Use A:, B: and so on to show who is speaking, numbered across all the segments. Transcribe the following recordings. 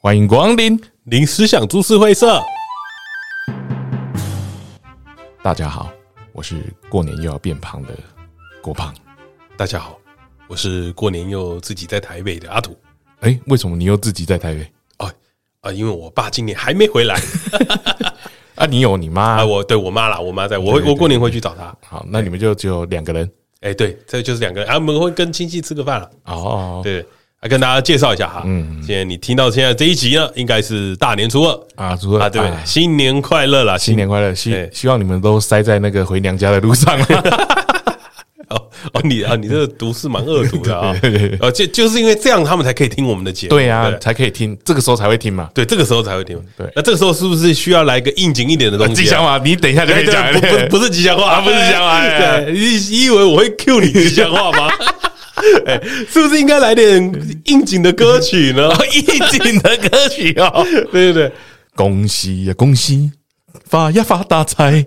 A: 欢迎光临，
B: 林思想株式会社，
A: 大家好，我是过年又要变胖的郭胖。
B: 大家好，我是过年又自己在台北的阿土
A: 哎、为什么你又自己在台北？
B: 啊啊，因为我爸今年还没回 来
A: 啊，你有你妈、
B: 啊，我对我妈啦，我妈在我
A: 对
B: 会
A: 对
B: 我过年会去找她，
A: 好，那你们就只有两个人
B: 哎，对，这就是两个人啊，我们会跟亲戚吃个饭了，
A: 哦。
B: 对，啊，跟大家介绍一下哈，嗯，现在你听到现在这一集呢，应该是大年初二
A: 啊，除了
B: 啊，对不对，新年快乐啦，
A: 新年快乐！希
B: 对
A: 希望你们都塞在那个回娘家的路上。
B: 哦哦，你啊，你这个毒是蛮恶毒的啊
A: 对对对，
B: 呃，就就是因为这样，他们才可以听我们的节目，
A: 对啊
B: 不，
A: 才可以听，这个时候才会听嘛。
B: 对，这个时候才会听。
A: 对
B: 那这个时候是不是需要来个应景一点的东西啊？
A: 吉祥话，你等一下就可以讲了。哎啊
B: 对对不不不是吉祥话，
A: 不是吉祥话哎
B: 对，你以为我会 cue 你吉祥话 吗？哎，是不是应该来点应景的歌曲呢？
A: 应景的歌曲哦。
B: 对对对，
A: 恭喜呀，恭喜，发呀发大财！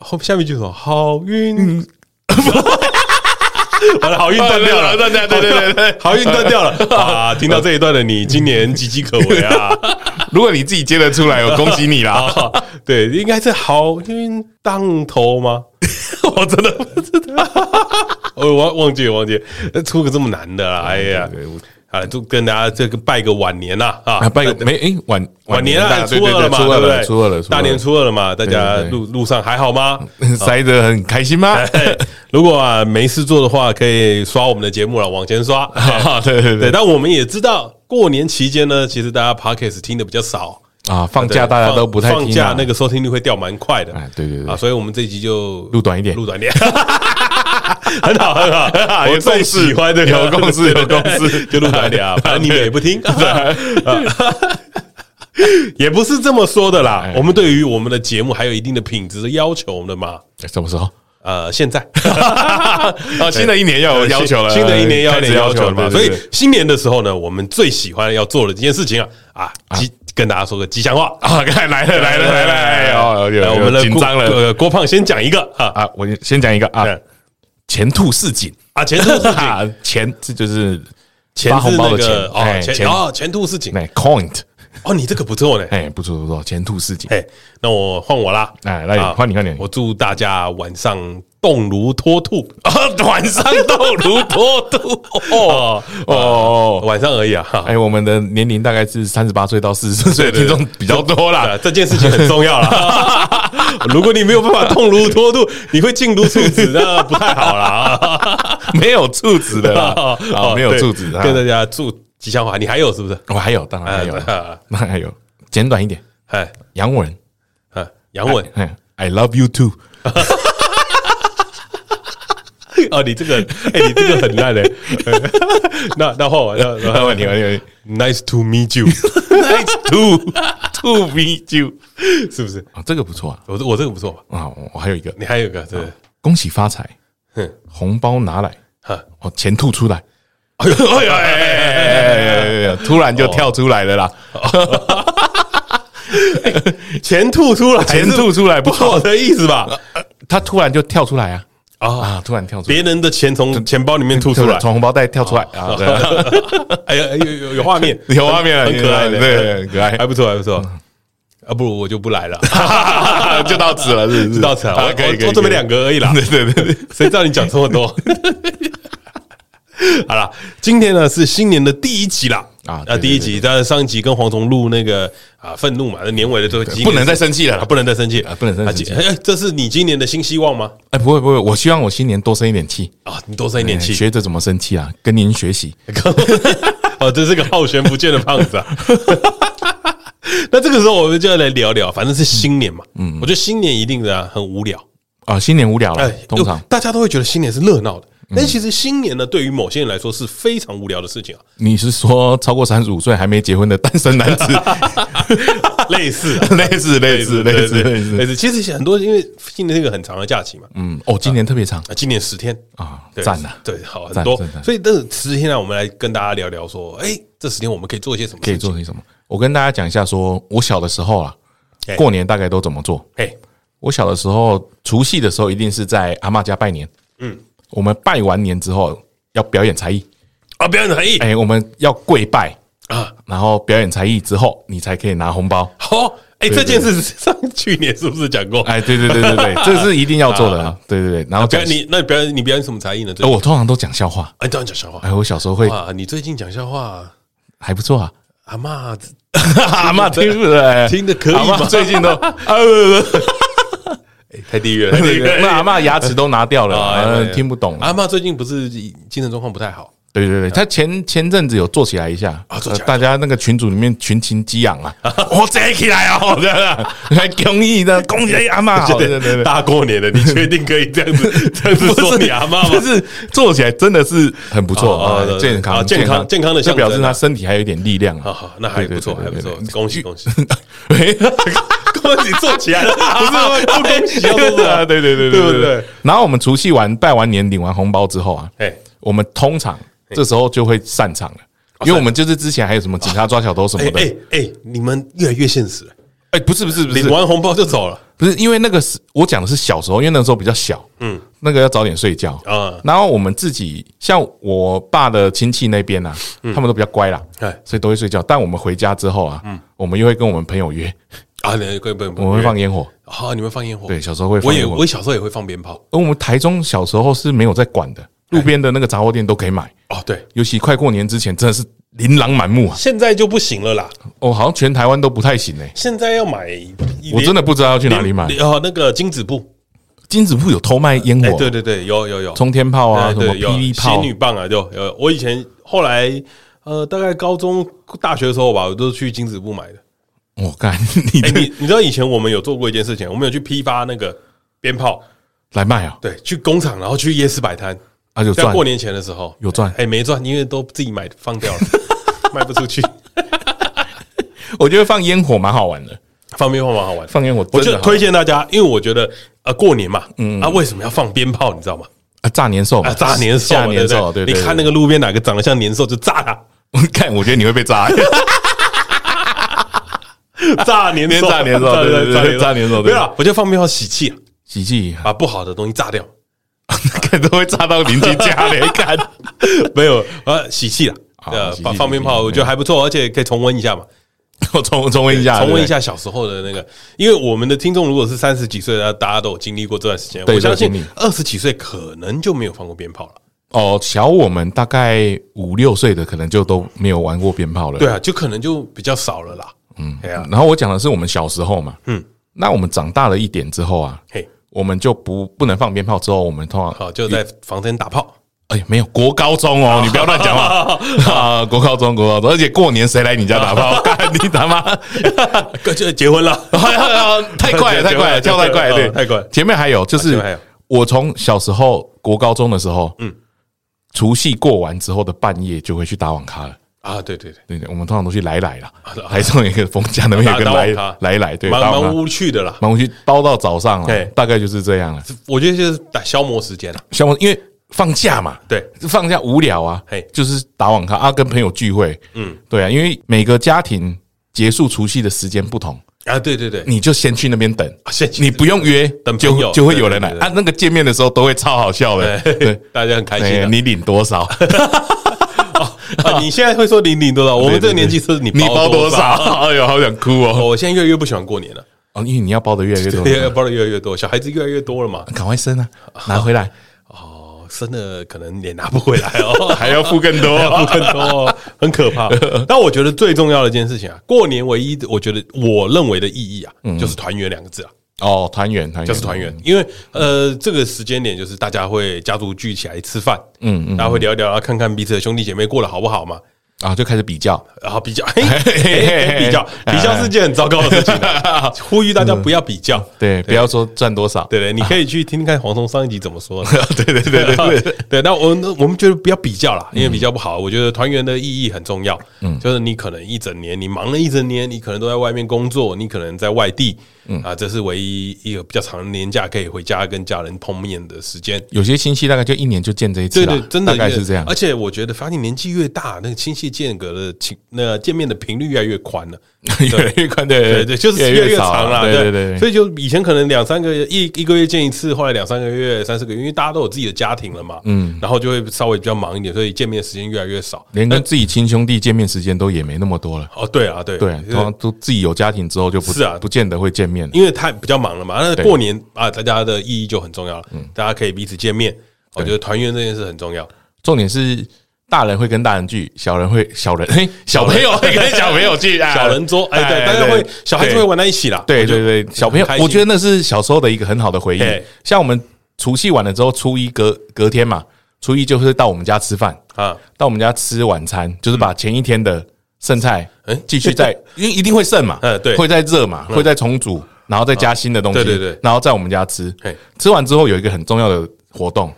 B: 后下面就是什么好运。
A: 嗯
B: 完了，好运断 掉了，
A: 断掉对对对对
B: 好运断掉了啊！听到这一段的你，今年岌岌可危啊！
A: 如果你自己接得出来，我恭喜你啦！
B: 啊， 对，应该是好运当头吗？ 哦
A: 我真的不知 道。
B: 我忘忘记了忘记了，呃出个这么难的啦，哎呀
A: 对对我，
B: 好了，祝跟大家这个拜个晚年呐啊
A: 啊，，拜个没哎晚
B: 晚年
A: 大
B: 啦，初二了嘛，
A: 初
B: 对
A: 二
B: 不对？
A: 了，初哦二了，
B: 大 年初二了嘛，大
A: 对
B: 家
A: 嗯对对
B: 路路上还好吗？
A: 塞得很开心吗？
B: 哎如果啊没事做的话，可以刷我们的节目了，往 前刷。哎
A: 对对
B: 对，但我们也知道，过年期间呢，其实大家 podcast 听的比较少，
A: 啊，放
B: 对
A: 假大家都不太
B: 放
A: 听
B: 放
A: 啊
B: 假，那个收听率会掉蛮快的
A: 哎，对对
B: 啊，
A: 对，
B: 所以我们这一集就
A: 录短一点
B: 录，短点。 很好，很好，很好，
A: 有
B: 我最
A: 共识
B: 喜欢的
A: 有共 识有共识
B: 就录短 点啊，反正你们也不听，啊 也不是这么说的啦
A: 哎。
B: 我们对于我们的节目还有一定的品质的要求的嘛。
A: 什么时候？
B: 呃，现在
A: 哦，新的一年 要有要求了，
B: 新新的一年要有
A: 开
B: 点
A: 始
B: 要求了
A: 了
B: 嘛。所以新年的时候呢，我们最喜欢要做的一件事情啊啊，吉跟大家说个吉祥话。
A: 啊，看来了来了来了，哎呦，有
B: 来我
A: 有
B: 们的
A: 紧
B: 郭
A: 张了
B: 呃郭胖先讲一个啊
A: 啊！我先讲一个啊
B: 嗯，
A: 前兔似 锦
B: 啊，前途事情，
A: 啊，前这就是
B: 前
A: 发
B: 是
A: 红包
B: 那
A: 的
B: 个哦，
A: 哎
B: 前哦前途事情
A: 那 coin，
B: 哦，你这个不错呢。
A: 哎，不错不错，前兔似锦，
B: 哎，那我换我啦。
A: 哎来
B: 啊
A: 换你换你
B: 我祝大家晚上动如 脱兔
A: 啊，晚上斗如脱兔
B: 哦，
A: 哦。
B: 晚上而已啊。哈
A: 哎，我们的年龄大概是三十八岁到四十岁的听众比较多啦，
B: 啊，这件事情很重要啦。如果你没有办法动如脱兔，你会静如处子，那不太好啦。 哦
A: 没有柱子的 啦，啊，啊没有柱子的
B: 对。跟大家祝吉祥话。你还有是不啊是？
A: 我哦还有，当然还有，那还有，简短一点，
B: 哎
A: 杨文，
B: 哎，杨文
A: 哎，I love you too，
B: 哦，你这个哎，你这个 很烂哎。那那换我，那那
A: 那问题问题问题
B: Nice to meet you，
A: ，Nice to to meet you，
B: 是不是？
A: 啊，这个不错啊，
B: 我这我这个不错吧？
A: 啊，我我还有一个，
B: 你还有一个对，
A: 恭喜发财，
B: 哼
A: 红包拿来，
B: 哈，
A: 哦，钱吐出来，
B: 哎呦哎呦
A: 哎
B: 哎
A: 哎哦哎哎，突然就跳出来了啦，
B: 哎，钱吐出来，
A: 钱吐出来不
B: 不是
A: 错
B: 我，的意思吧？
A: 他突然就跳出来啊
B: 啊，
A: 啊，突然跳出来，
B: 别人的钱从钱包里面吐出来，
A: 从红包袋跳出来啊，对啊
B: 哎呀，有有有画面，
A: 有画面了，啊
B: 很可爱的，
A: 对，很可爱
B: 还不错，还不错。啊，不如我就不来了，
A: 就到此了，是不是？
B: 就到此了。
A: 好
B: 我
A: 可以，可以
B: 我我准备两，个而已啦
A: 可以，对对对对，
B: 谁知道你讲这么多？ 好啦，今天呢是新年的第一集啦。
A: 啊
B: 啊，
A: 对对
B: 第一集，当然上一集跟黄虫录那个啊愤怒嘛，那年尾的都
A: 不能再生气
B: 啊，
A: 了。
B: 不能再生气
A: 啊不能再生气
B: 啊哎，这是你今年的新希望吗？
A: 哎，不会不会，我希望我新年多生一点气，哎
B: 啊，你多生一点气。
A: 学着怎么生气啊，跟您学习。
B: 哦，这是个好悬不倦的胖子啊。 那这个时候我们就要来聊聊，反正是新年嘛，嗯，我觉得新年一定的啊很无聊，
A: 啊，新年无聊了，通常嗯
B: 又哎大家都会觉得新年是热闹的，但其实新年呢，对于某些人来说是非常无聊的事情啊，
A: 你是说超过三十五岁还没结婚的单身 男子，
B: 类似啊
A: 类似 类似类似
B: 对对
A: 类似，
B: 类似，其实很多因为新年是一个很长的假期嘛，
A: 嗯，哦，今年特别长
B: 啊，今年十天
A: 啊，
B: 对
A: 赞啊，
B: 对，好很
A: 赞
B: 多
A: 赞，赞
B: 所以这十天呢，我们来跟大家聊聊说，哎，这十天我们可以做些什么？
A: 可以，做些什么？我跟大家讲一下，说我小的时候啊
B: 哎，
A: 过年大概都怎么做？
B: 哎，
A: 我小的时候，除夕的时候一定是在阿嬷家拜年，
B: 嗯
A: 嗯，我们拜完年之后要表演才艺，
B: 啊，表演才艺
A: 哎哎，我们要跪拜
B: 啊，
A: 然后表演才艺之后，你才可以拿红包。
B: 好、哎、
A: 对
B: 这件事上去年是不是讲过？
A: 哎，对对对对对，这是一定要做的啊！对对对，然后
B: 表
A: 讲
B: 演，你那你表演你啊表演什么才艺呢？
A: 呃
B: 最
A: 我通常都讲笑话。
B: 哎，当然讲笑话。
A: 哎，我小时候会
B: 哇，你最近讲笑话，
A: 还不 错啊，
B: 阿妈
A: 阿 妈听不得，
B: 听得可以
A: 哎阿嬷
B: 吗
A: 最 近都啊哎
B: 太地狱了，
A: 不
B: 太
A: 不不
B: 地狱 了。
A: 那阿妈牙齿都拿掉了
B: 啊
A: 啊，
B: 哎哎
A: 听不懂啊。
B: 阿妈最近不是精神状况不太好，
A: 对对对，他前前阵子有做起来一下
B: 啊做起来
A: 呃大家那个群组里面群情激昂 啊，我站起来 哦，这样啊来公益的，恭喜阿 妈，好对对对对。
B: 大过年的，你确定可以这样 子这样子说你阿妈吗
A: 不？是做起来真的是很不错
B: 哦哦
A: 啊
B: 对，对
A: 健
B: 啊
A: 康
B: 健康健康的
A: 这
B: 象征啊
A: 表示他身体还有一点力量
B: 好
A: 啊。
B: 好，那还不错，还
A: 对
B: 不
A: 对对
B: 错
A: 对对，
B: 恭喜恭喜！
A: 喂
B: 恭喜做起来 了，不是不恭喜要做
A: 啊
B: 什么？
A: 对对对
B: 对啊不对？
A: 然后我们除夕完拜完年领完红包之后啊，
B: 哎
A: 我们通常这时候就会哦散场了，因为我们就是之前还有什么警察抓小偷什么
B: 哎
A: 的。
B: 哎哎，你们越来越现实了，
A: 哎，不是不是不
B: 领
A: 是
B: 完红包就走了。
A: 不是，因为那个是我讲的是小时候，因为那个时候比较小，嗯，那个要早点睡觉
B: 啊
A: 啊。然后我们自己像我爸的亲戚那边啊，他们都比较乖啦
B: 哎，
A: 所以都会睡觉。但我们回家之后啊，我们又会跟我们朋友约，
B: 啊，你不不不，
A: 我们会放烟火。
B: 啊，你们放烟火？
A: 对，小时候会
B: 我
A: 放
B: 也
A: 烟火
B: 我。小时候也会放鞭炮。
A: 而我们台中小时候是没有在管的，路边的那个杂货店都可以买，
B: 哦，对，
A: 尤其快过年之前真的是琳琅满目啊！
B: 现在就不行了啦，
A: 哦，好像全台湾都不太行哎、
B: 现在要买，
A: 我真的不知道要去哪里买。
B: 哦，那个金子布，
A: 金子铺有偷卖烟
B: 哎，
A: 火、
B: 对对对，有有有，
A: 冲天炮啊，
B: 哎
A: 什么
B: 对，有
A: 霹雳
B: 仙
A: 炮，
B: 女棒啊，就有。我以前后来呃，大概高中、大学的时候吧，我都去金子部买的。
A: 我哦 干，你
B: 哎、
A: 这
B: 你你知道以前我们有做过一件事情，我们有去批发那个鞭炮，
A: 来卖啊？
B: 对，去工厂，然后去夜市摆摊。
A: 啊，有
B: 在
A: 赚
B: 过年前的时候
A: 有赚
B: 哎、没赚，因为都自己买 放掉了，卖不出去。
A: 我觉得放烟火蛮好玩的，
B: 放鞭炮蛮好玩，
A: 放烟火
B: 我
A: 真
B: 就
A: 的好嗯
B: 推荐大家，因为我觉得啊，过年嘛，啊，为什么要放鞭炮？你知道吗？
A: 啊炸年兽嘛
B: 啊，炸年兽嘛，
A: 吓年兽，对
B: 对不对
A: 对，
B: 你看那
A: 个，
B: 个路边哪个长得像年兽就炸他。
A: 我 看我觉得你会被 炸，
B: 炸年兽，
A: 炸 年兽 对对对
B: 炸年
A: 炸年兽对
B: 没有啦，我就放鞭炮喜气啊，
A: 喜 剧
B: 把不好的东西 炸掉。
A: 看都会炸到邻居家嘞，看
B: 没 有，呃，喜气啦，
A: 好
B: 呃
A: 啊喜，气
B: 放
A: 喜气
B: 放鞭炮，我觉得还不错，而且可以重温一下嘛，
A: 我重重温一下，
B: 重温一
A: 下。
B: 下小时候的那个。因为我们的听众如果是三十几岁的，大家都有经历过这段时间。
A: 对
B: 我相信
A: 都有经
B: 二十几岁可能就没有放过鞭炮了。
A: 哦，小我们大概五六岁的可能就都没有玩过鞭炮了。
B: 对啊，就可能就比较少了啦。嗯，哎呀，
A: 然后我讲的是我们小时候嘛，嗯，那我们长大了一点之后啊，
B: 嘿，
A: 我们就不不能放鞭炮，之后我们通常
B: 好，就在房间打 炮。
A: 哎没有国高中 哦，你不要乱讲话啊，国高中国高中，而且过年谁来你家打 炮？干你他妈！
B: 哥啊就结婚了，
A: 太快了，太 快了，跳太快了，对，
B: 嗯太快了啊
A: 前面还有就
B: 前
A: 是
B: 面还有，
A: 我从小时候国高中的时候，嗯，除夕过完之后的半夜就会去打网咖了。
B: 啊！对对对，
A: 对对，我们通常都去来来啦
B: 啊啊，
A: 台中有一个冯家那边有一个
B: 打打网
A: 来
B: 咖
A: 来来，对，
B: 蛮
A: 打网
B: 蛮
A: 咖，
B: 无趣的啦。
A: 忙回去包到早上啊
B: 对
A: 了，大概就是这样了。
B: 我觉得就是打消磨时间了。啊
A: 像我因为放假嘛，
B: 对，
A: 放假无聊啊
B: 嘿，
A: 就是打网咖啊，跟朋友聚会，嗯，对啊，因为每个家庭结束除夕的时间不同，
B: 啊，对对对，
A: 你就先去那边等，
B: 啊先去
A: 你不用约，
B: 等朋友
A: 就就会有人来
B: 对对对
A: 啊。那个见面的时候都会超好笑的，对，
B: 大家很开心
A: 哎
B: 啊。
A: 你领多少？
B: 啊，你现在会说零零多少？我们这个年纪是你
A: 你包
B: 多
A: 多 少？？哎呦，好想哭哦！
B: 我现在越来越不喜欢过年了，
A: 哦，因为你要包的越来越多，
B: 越包的越来越多，小孩子越来越多了嘛。
A: 赶快生啊，拿回来，
B: 哦，生了可能也拿不回来 哦，
A: 还要付更多。
B: 不更多哦，很可怕。但我觉得最重要的一件事情啊，过年唯一的我觉得我认为的意义啊，
A: 嗯
B: 就是团圆两个字啊，
A: 哦，团圆，团圆，
B: 就是团圆。因为呃，这个时间点就是大家会家族聚起来吃饭，嗯嗯，大家会聊一聊，啊，看看彼此的兄弟姐妹过得好不好嘛。
A: 啊，就开始比较。
B: 然后 比较，嘿嘿嘿比较，
A: 哎
B: 比较是件很糟糕的事情 啊，呼吁大家不要比较。
A: 对，不要说赚多少，
B: 对对，你可以去听听看黄忠上一集怎么说的。
A: 对对对对对，
B: 对，那我们我们觉得不要比较啦，因为比较不好。我觉得团圆的意义很重要，嗯，就是你可能一整年，你忙了一整年，你可能都在外面工作，你可能在外地，啊，这是唯一一个比较长的年假可以回家跟家人碰面的时间。
A: 有些亲戚大概就一年就见这一次
B: 对
A: 啦，
B: 对，真的
A: 大概
B: 越
A: 是这样
B: 而。且我觉得，发现年纪越大，那个亲戚间隔的亲那见面的频率越来越宽了。
A: 越来越宽，对
B: 对对，就是越来越长了。
A: 了，对对对。
B: 所以就以前可能两三个一一个月见一次，后来两三个月、三四个月，因为大家都有自己的家庭了嘛，嗯，然后就会稍微比较忙一点，所以见面时间越来越少。
A: 连跟自己亲兄弟见面时间都也没那么多了。
B: 哦，对啊，对
A: 对，通
B: 就是
A: 常都自己有家庭之后就不
B: 是啊
A: 不见得会见面了。
B: 因为太比较忙了嘛。那过年啊，大家的意义就很重要了，
A: 嗯
B: 大家可以彼此见面。我觉得团圆这件事很重要。
A: 重点是大人会跟大人聚，小人会小人 嘿小朋友会跟小朋友 聚，啊
B: 小人桌，哎，对，大家会小孩子会。玩在一起啦。
A: 对
B: 我觉
A: 对
B: 得
A: 对对，小朋友
B: 很开，心
A: 我觉得那是小时候的一个很好的回忆
B: 嘿。
A: 像我们除夕完了之后，初一隔隔天嘛，初一就是到我们家吃饭，
B: 啊，
A: 到我们家吃晚餐，就是把前一天的剩菜
B: 嗯
A: 继续 再，因为一定会剩嘛，
B: 嗯对
A: 会再热嘛，会再重组，然后再加新的东西，
B: 啊对对对
A: 然后在我们家吃
B: 嘿，嗯
A: 吃完之后有一个很重要的活动，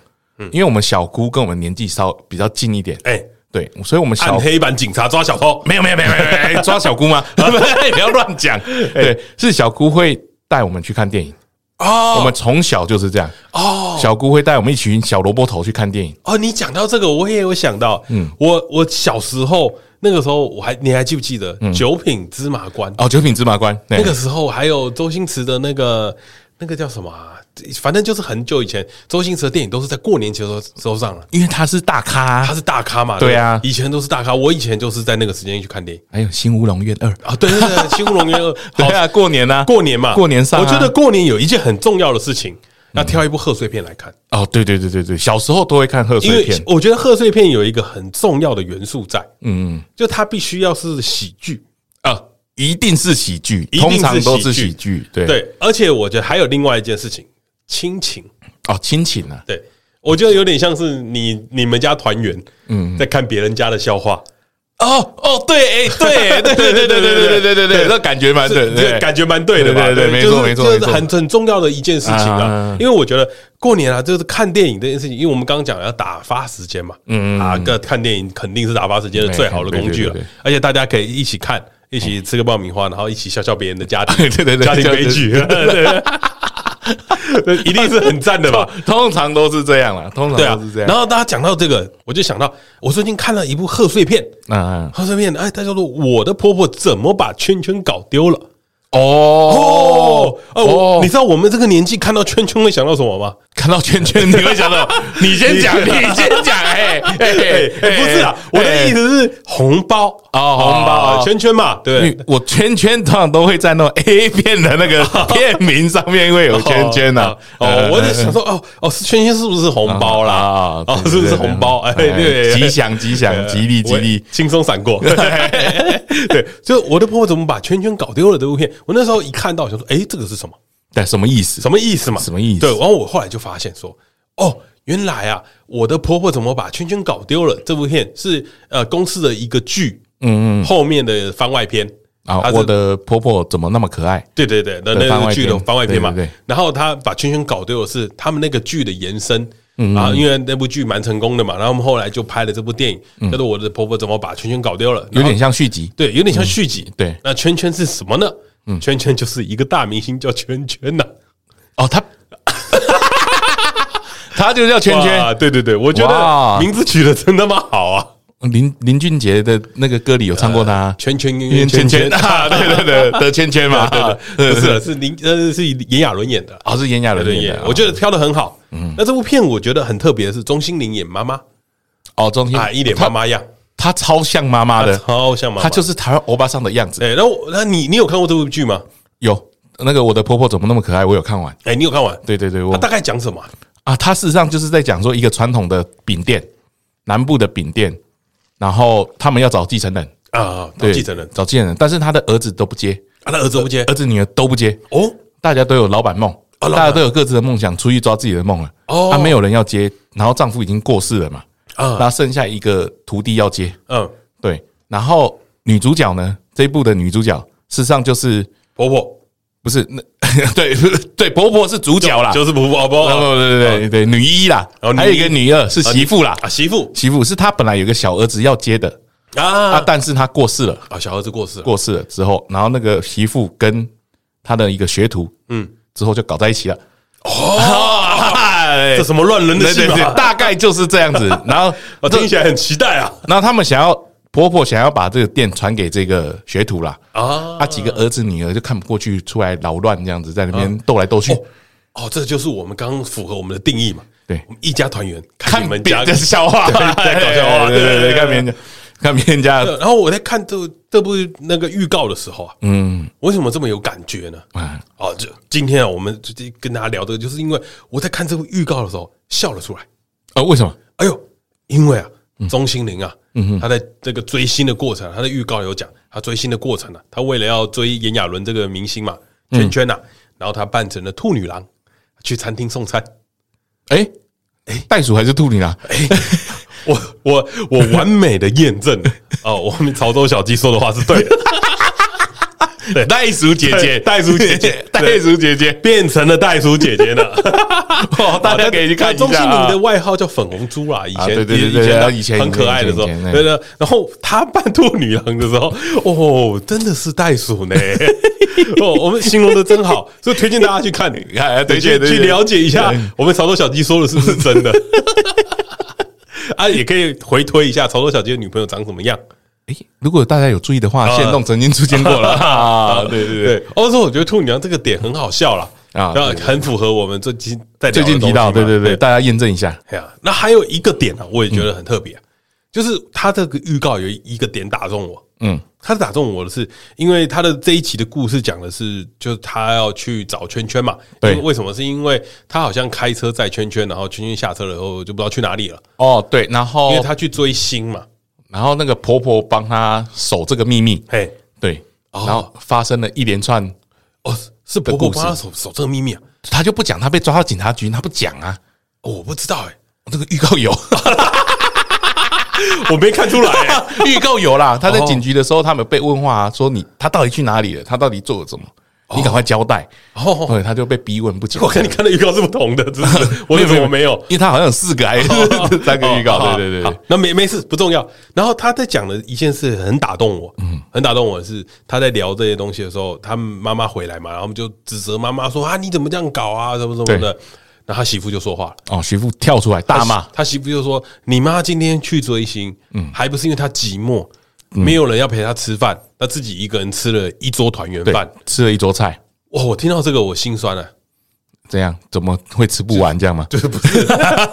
A: 因为我们小姑跟我们年纪稍比较近一点，
B: 哎，
A: 对，所以我们
B: 暗
A: 小
B: 黑版警察抓小偷，
A: 没有没有没有没有没有抓小姑 吗？ 不要乱讲，对，是小姑会带我们去看电影，我
B: 哦
A: 们从小就是这样，
B: 哦，
A: 小姑会带我们一群小萝卜头去看电影，
B: 哦，你讲到这个，我也有想到，嗯，我我小时候那个时候，我还你还记不记得
A: 嗯
B: 九品芝麻官？
A: 哦，九品芝麻官，那
B: 那个时候还有周星驰的那个那个叫什么、啊？反正就是很久以前，周星驰的电影都是在过年前的时候时候上了。
A: 因为他是大咖啊，
B: 他是大咖嘛？
A: 对
B: 不
A: 啊
B: 以前都是大咖。我以前就是在那个时间去看电影
A: 还有《新乌龙院二》
B: 啊。对对对，《新乌龙院二》
A: 对
B: 好
A: 啊，过年啊，
B: 过年嘛，
A: 过年上啊
B: 我觉得过年有一件很重要的事情，要挑一部贺岁片来看，
A: 哦，对对对对对，小时候都会看贺
B: 因
A: 岁
B: 为
A: 片，
B: 我觉得贺岁片有一个很重要的元素在，
A: 嗯
B: 就它必须要是喜剧。
A: 啊，一定是喜剧，
B: 一定
A: 通
B: 是
A: 常都是
B: 喜剧
A: 喜剧，对
B: 对，而且我觉得还有另外一件事情，亲情。
A: 哦，亲情啊，
B: 对我觉得有点像是你你们家团圆，嗯，在看别人家的笑话，
A: 哦哦，对，哎，对对对对对对对对对对，那感觉蛮 对，
B: 这个
A: 对
B: 感觉蛮对的吧？
A: 对对对
B: 就是
A: 没错
B: 就
A: 没错
B: 是很很重要的一件事情
A: 啊
B: 啊。因为我觉得过年啊，就是看电影这件事情，因为我们刚刚讲要打发时间嘛，嗯啊，个看电影肯定是打发时间的最好的工具了
A: 对对对对对，
B: 而且大家可以一起看。一起吃个爆米花，然后一起笑笑别人的家
A: 对对
B: 庭，
A: 对 对
B: 家庭悲 剧，
A: 对
B: 对 一定是很赞的吧？
A: 通常都是这样啦， 通
B: 对啊
A: 常都是这，样
B: 然。后大家讲到这个，我就想到我最近看了一部贺岁片，
A: 嗯，嗯
B: 贺岁片，哎，它叫做《我的婆婆怎么把圈圈搞丢了》。
A: 哦
B: 哦哦，我你知道我们这个年纪看到圈圈会想到什么吗？
A: 看到圈圈，你会想 到你先讲，你先讲，哎哎哎
B: 哎不是啊，我的意
A: 思，
B: 思是红包
A: 哦
B: 红包啊
A: 哦
B: 圈圈嘛，对不对
A: 因为我圈圈通常都会在那种 A 片的那 个片名上面会有圈圈呐、啊。
B: 哦，哦我在想说，哦哦，是圈圈是不是红包啦
A: 啊？
B: 哦，是不是红包？哎，对，哎
A: 吉祥吉祥，吉利吉利，，
B: 轻松 闪过。对，就是我的婆婆怎么把圈圈搞丢了这部片，我那时候一看到，我想说，哎，这个是什么？
A: 对，什么意思？
B: 什么意思嘛？
A: 什么意思
B: 对，然后我后来就发现说，哦，原来啊，我的婆婆怎么把圈圈搞丢了？这部片是呃公司的一个剧，嗯嗯，后面的番外篇
A: 啊
B: 它，是啊
A: 我的婆婆怎么那么可爱？
B: 对对对，那
A: 的
B: 那
A: 番
B: 个
A: 外
B: 剧
A: 篇
B: 的番外篇嘛
A: 对对对，
B: 然后他把圈圈搞丢的是他们那个剧的延伸。
A: 嗯
B: 然后因为那部剧蛮成功的嘛，然后我们后来就拍了这部电影，叫做《我的婆婆怎么把圈圈搞丢了》，
A: 嗯有
B: 然后
A: 点像续集，
B: 对，有点像续集。
A: 对嗯
B: 那圈圈是什么呢？圈圈就是一个大明星叫圈圈呐，
A: 哦，他 他就叫圈
B: 哇
A: 圈。
B: 对对对，我觉得
A: 哇
B: 名字取得真他妈好啊！
A: 林林俊杰的那个歌里有唱过他，
B: 圈圈
A: 因为圈
B: 圈
A: 圈
B: 圈圈，
A: 啊， 对对对的圈圈 嘛，啊对
B: 不是啊是林呃是炎亚纶演的，啊
A: 哦，是炎亚纶嗯
B: 对
A: 演
B: 演
A: 的，，
B: 我觉得挑的很好。那这部片我觉得很特别的是钟欣凌演妈妈
A: 哦，中心
B: 啊，一脸妈，妈样，
A: 他他超像妈妈的，
B: 超像妈妈。
A: 他就是台湾欧巴桑的样子。
B: 哎，然后我那你你有看过这部剧吗？
A: 有那个我的婆婆怎么那么可爱？我有看完，
B: 哎，你有看完？
A: 对对对，我
B: 它大概讲什么啊？
A: 啊，他事实上就是在讲说一个传统的饼店，南部的饼店，然后他们要找继承人，
B: 啊，
A: 对，
B: 继承人
A: 找继承人，但是他的儿子都不接，
B: 啊，他儿子不接
A: 儿子女儿都不接，
B: 哦，
A: 大家都有哦老板梦，
B: 啊老板
A: 大家都有各自的梦想，出去抓自己的梦了，
B: 哦
A: 啊，没有人要接，然后丈夫已经过世了嘛，
B: 啊
A: 然后剩下一个徒弟要接，
B: 嗯，
A: 对，然后女主角呢，这一部的女主角事实上就是
B: 婆婆
A: 不是 那对对婆婆是主角啦，
B: 就是婆婆
A: 哦
B: 婆
A: 对对对对女一啦
B: 哦，女一
A: 还有一个女二是媳妇啦，
B: 啊，媳妇
A: 媳妇是她本来有个小儿子要接的，啊，
B: 啊
A: 但是她过世了，
B: 啊，小儿子过世了
A: 过世了之后，然后那个媳妇跟他的一个学徒，嗯，之后就搞在一起了。
B: 这
A: 哦，
B: 什么乱伦的
A: 对
B: 戏
A: 对对，
B: 码？
A: 大概就是这样子。然后
B: 我听起来很期待 啊！
A: 然后他们想要婆婆想要把这个店传给这个学徒啦，
B: 啊，
A: 啊，几个儿子女儿就看不过去，出来扰乱这样子，在那边斗来斗去，
B: 哦，这就是我们刚刚符合我们的定义嘛。
A: 对
B: 我们一家团圆，看
A: 看
B: 你们
A: 别
B: 家
A: 人的笑话，
B: 对在搞笑话
A: 对对
B: 对对
A: 对，看别人家，看别人家，
B: 然后我在看这这部那个预告的时候啊，嗯，为什么这么有感觉呢？
A: 啊
B: 哦，就今天啊，我们就跟大家聊这个，就是因为我在看这部预告的时候笑了出来。
A: 呃，为什么？
B: 哎呦，因为啊，
A: 嗯
B: 钟欣凌啊，她在这个追星的过程，啊她的预告有讲，她追星的过程呢、啊，她为了要追炎亚纶这个明星嘛，圈圈呐、
A: 嗯
B: 啊，然后她扮成了兔女郎去餐厅送餐。
A: 哎哎，袋鼠还是兔女郎？
B: 我我我完美的验证 了哦，我们潮州小鸡说的话是 对的，
A: 袋鼠姐
B: 对袋鼠姐姐
A: 袋鼠姐姐，
B: 变成了袋鼠姐 姐呢。
A: 哦，大家可以去看一
B: 钟欣
A: 下
B: 凌的
A: 啊。
B: 外号叫粉红猪啦，以前、
A: 啊对对对
B: 以
A: 对
B: 前
A: 对
B: 啊
A: 以前
B: 很可爱的时候，
A: 以前以前
B: 对的。然后她扮兔女郎的时候，哦，真的是袋 鼠呢。哦，我们形容的真好，所以推荐大家去看，
A: 哎推
B: 去
A: 荐推
B: 去
A: 荐
B: 了解一下我们潮州小鸡说的是不是真的。 啊，也可以回推一下潮州小鸡的女朋友长什么样。
A: 哎，如果大家有注意的话，线动曾经出现过了啊，呃 对对对。
B: 对，哦欧洲我觉得兔女郎这个点很好笑啦，
A: 啊
B: 然后
A: 对对
B: 很符合我们最近在聊
A: 最
B: 的
A: 近提到，
B: 东
A: 对
B: 西嘛
A: 对对，大家验证一下。
B: 哎呀，那还有一个点呢、我也觉得很特别、啊就是他这个预告有一个点打中我。嗯，他打中我的是，因为他的这一期的故事讲的是，就是他要去找圈圈嘛。
A: 对
B: 因为为什么？是因为他好像开车载圈圈，然后圈圈下车了以后就不知道去哪里了，
A: 哦，对，然
B: 因为
A: 后
B: 他去追星嘛。
A: 然后那个婆婆帮她守这个秘密，
B: 嘿，
A: 对，
B: 哦
A: 然后发生了一连串，
B: 哦，是婆婆
A: 的故
B: 帮
A: 事
B: 他守守这个秘密啊？
A: 她就不讲，她被抓到警察局，她不讲啊。
B: 哦我不知道哎、
A: 这个预告有，
B: 我没看出来、欸。
A: 预告有啦。她在
B: 哦
A: 警局的时候，他们被问话、啊、说你她到底去哪里了，她到底做了什么，你赶快交代。
B: 哦，
A: 对，她就被逼问不讲。
B: 我跟你看的预告是不同的，真是我怎 么没有？
A: 因为她好像有四个还是三个预告，
B: 哦
A: 对对，对
B: 好好好，那没没事不重要。然后他在讲的一件事很打动我，嗯，很打动我的是他在聊这些东西的时候，他们妈妈回来嘛，然后我们就指责妈妈说啊你怎么这样搞啊什么什么的，然后他媳妇就说话了。
A: 哦，媳妇跳出来大骂，嗯
B: 他媳妇就说：“你妈今天去追星，还不是因为她寂寞，没有人要陪她吃饭，她自己一个人吃了一桌团圆
A: 对
B: 饭。，
A: 吃了一桌菜，
B: 哇，我听到这个我心酸啊了，
A: 这样怎么会吃不完这样吗？
B: 就是不是，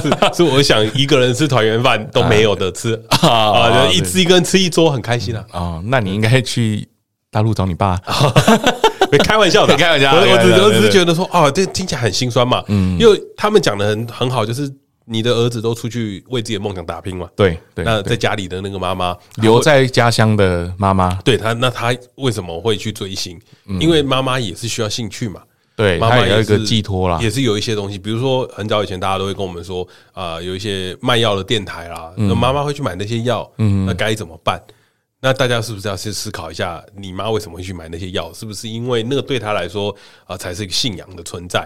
B: 是是我想一个人吃团圆饭都没有的吃
A: 啊
B: 啊，就一吃一个人吃一桌很开心啊。
A: 哦，那你应该去大陆找你爸。
B: 啊没 开玩笑的，
A: 开玩笑
B: 我我只
A: 开玩笑
B: 我只是
A: 对对
B: 觉得说，哦，这听起来很心酸嘛。嗯，因为他们讲的很很好，就是你的儿子都出去为自己的梦想打拼嘛。
A: 对对，
B: 那在家里的那个妈妈，
A: 留在家乡的妈妈，
B: 对她，那她为什么会去追星？
A: 嗯
B: 因为妈妈也是需要兴趣嘛。
A: 对
B: 妈
A: 她
B: 妈
A: 也要一
B: 是
A: 个寄托啦。
B: 也是有一些东西，比如说很早以前大家都会跟我们说，啊，有一些卖药的电台啦，
A: 嗯
B: 那妈妈会去买那些药，那该怎么办？那大家是不是要去思考一下，你妈为什么会去买那些药？是不是因为那个对她来说啊，才是一个信仰的存在？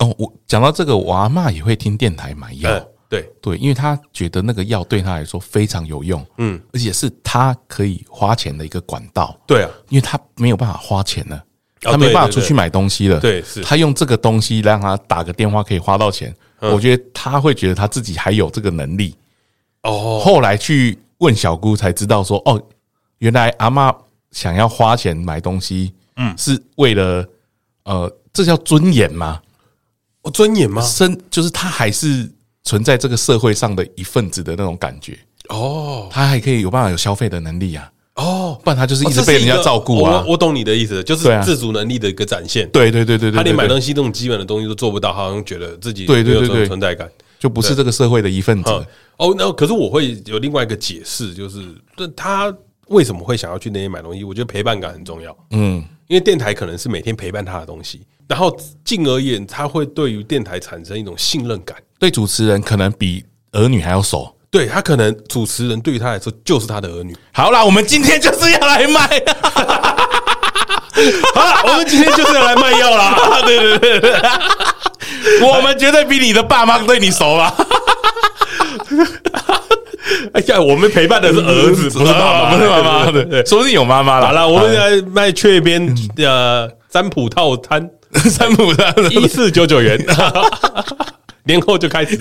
A: 哦，我讲到这个，我阿嬷也会听电台买药，
B: 嗯，对，
A: 哎对，因为她觉得那个药对她来说非常有用，
B: 嗯
A: 嗯，而且是她可以花钱的一个管道，
B: 对啊，
A: 因为她没有办法花钱了。
B: 哦
A: 她没
B: 对
A: 办法
B: 对
A: 出
B: 对
A: 去买东西了，
B: 对是
A: 她用这个东西让她打个电话可以花到钱，
B: 嗯
A: 我觉得她会觉得她自己还有这个能力，
B: 哦，
A: 后来去问小姑才知道说，哦，原来阿嬷想要花钱买东西，嗯，是为了呃，这叫尊严吗？
B: 哦尊严吗？
A: 生就是她还是存在这个社会上的一份子的那种感觉，
B: 哦
A: 她还可以有办法有消费的能力啊，
B: 哦，
A: 不然她就是一
B: 哦这
A: 直
B: 是
A: 被人
B: 一
A: 家
B: 个
A: 照顾
B: 哦
A: 啊。
B: 我我懂你的意思，就是
A: 对啊
B: 自主能力的一个展现。
A: 对对对对对，
B: 他连
A: 对
B: 买
A: 对
B: 东西这种基本的东西都做不到，好像觉得自己
A: 对对对
B: 没有这种
A: 对
B: 存在感。
A: 就不是这个社会的一份子啊
B: 嗯。哦，那可是我会有另外一个解释，就是这他为什么会想要去那边买东西？我觉得陪伴感很重要。嗯，因为电台可能是每天陪伴他的东西，然后进而言，他会对于电台产生一种信任感。
A: 对主持人可能比儿女还要熟。
B: 对他可能主持人对于他来说就是他的儿女。
A: 好啦，我们今天就是要来卖。
B: 好了，我们今天就是要来卖药啦。
A: 对对对对啊对，我们绝对比你的爸妈对你熟吧？
B: 哎呀，我们陪伴的是儿子，啊不是
A: 不是妈
B: 爸爸，
A: 妈
B: 对对对
A: 的，说不定有妈哎妈了。
B: 好了，我们来卖雀边呃占卜套餐，
A: 三浦的
B: 一四九九 元，年后就开 始。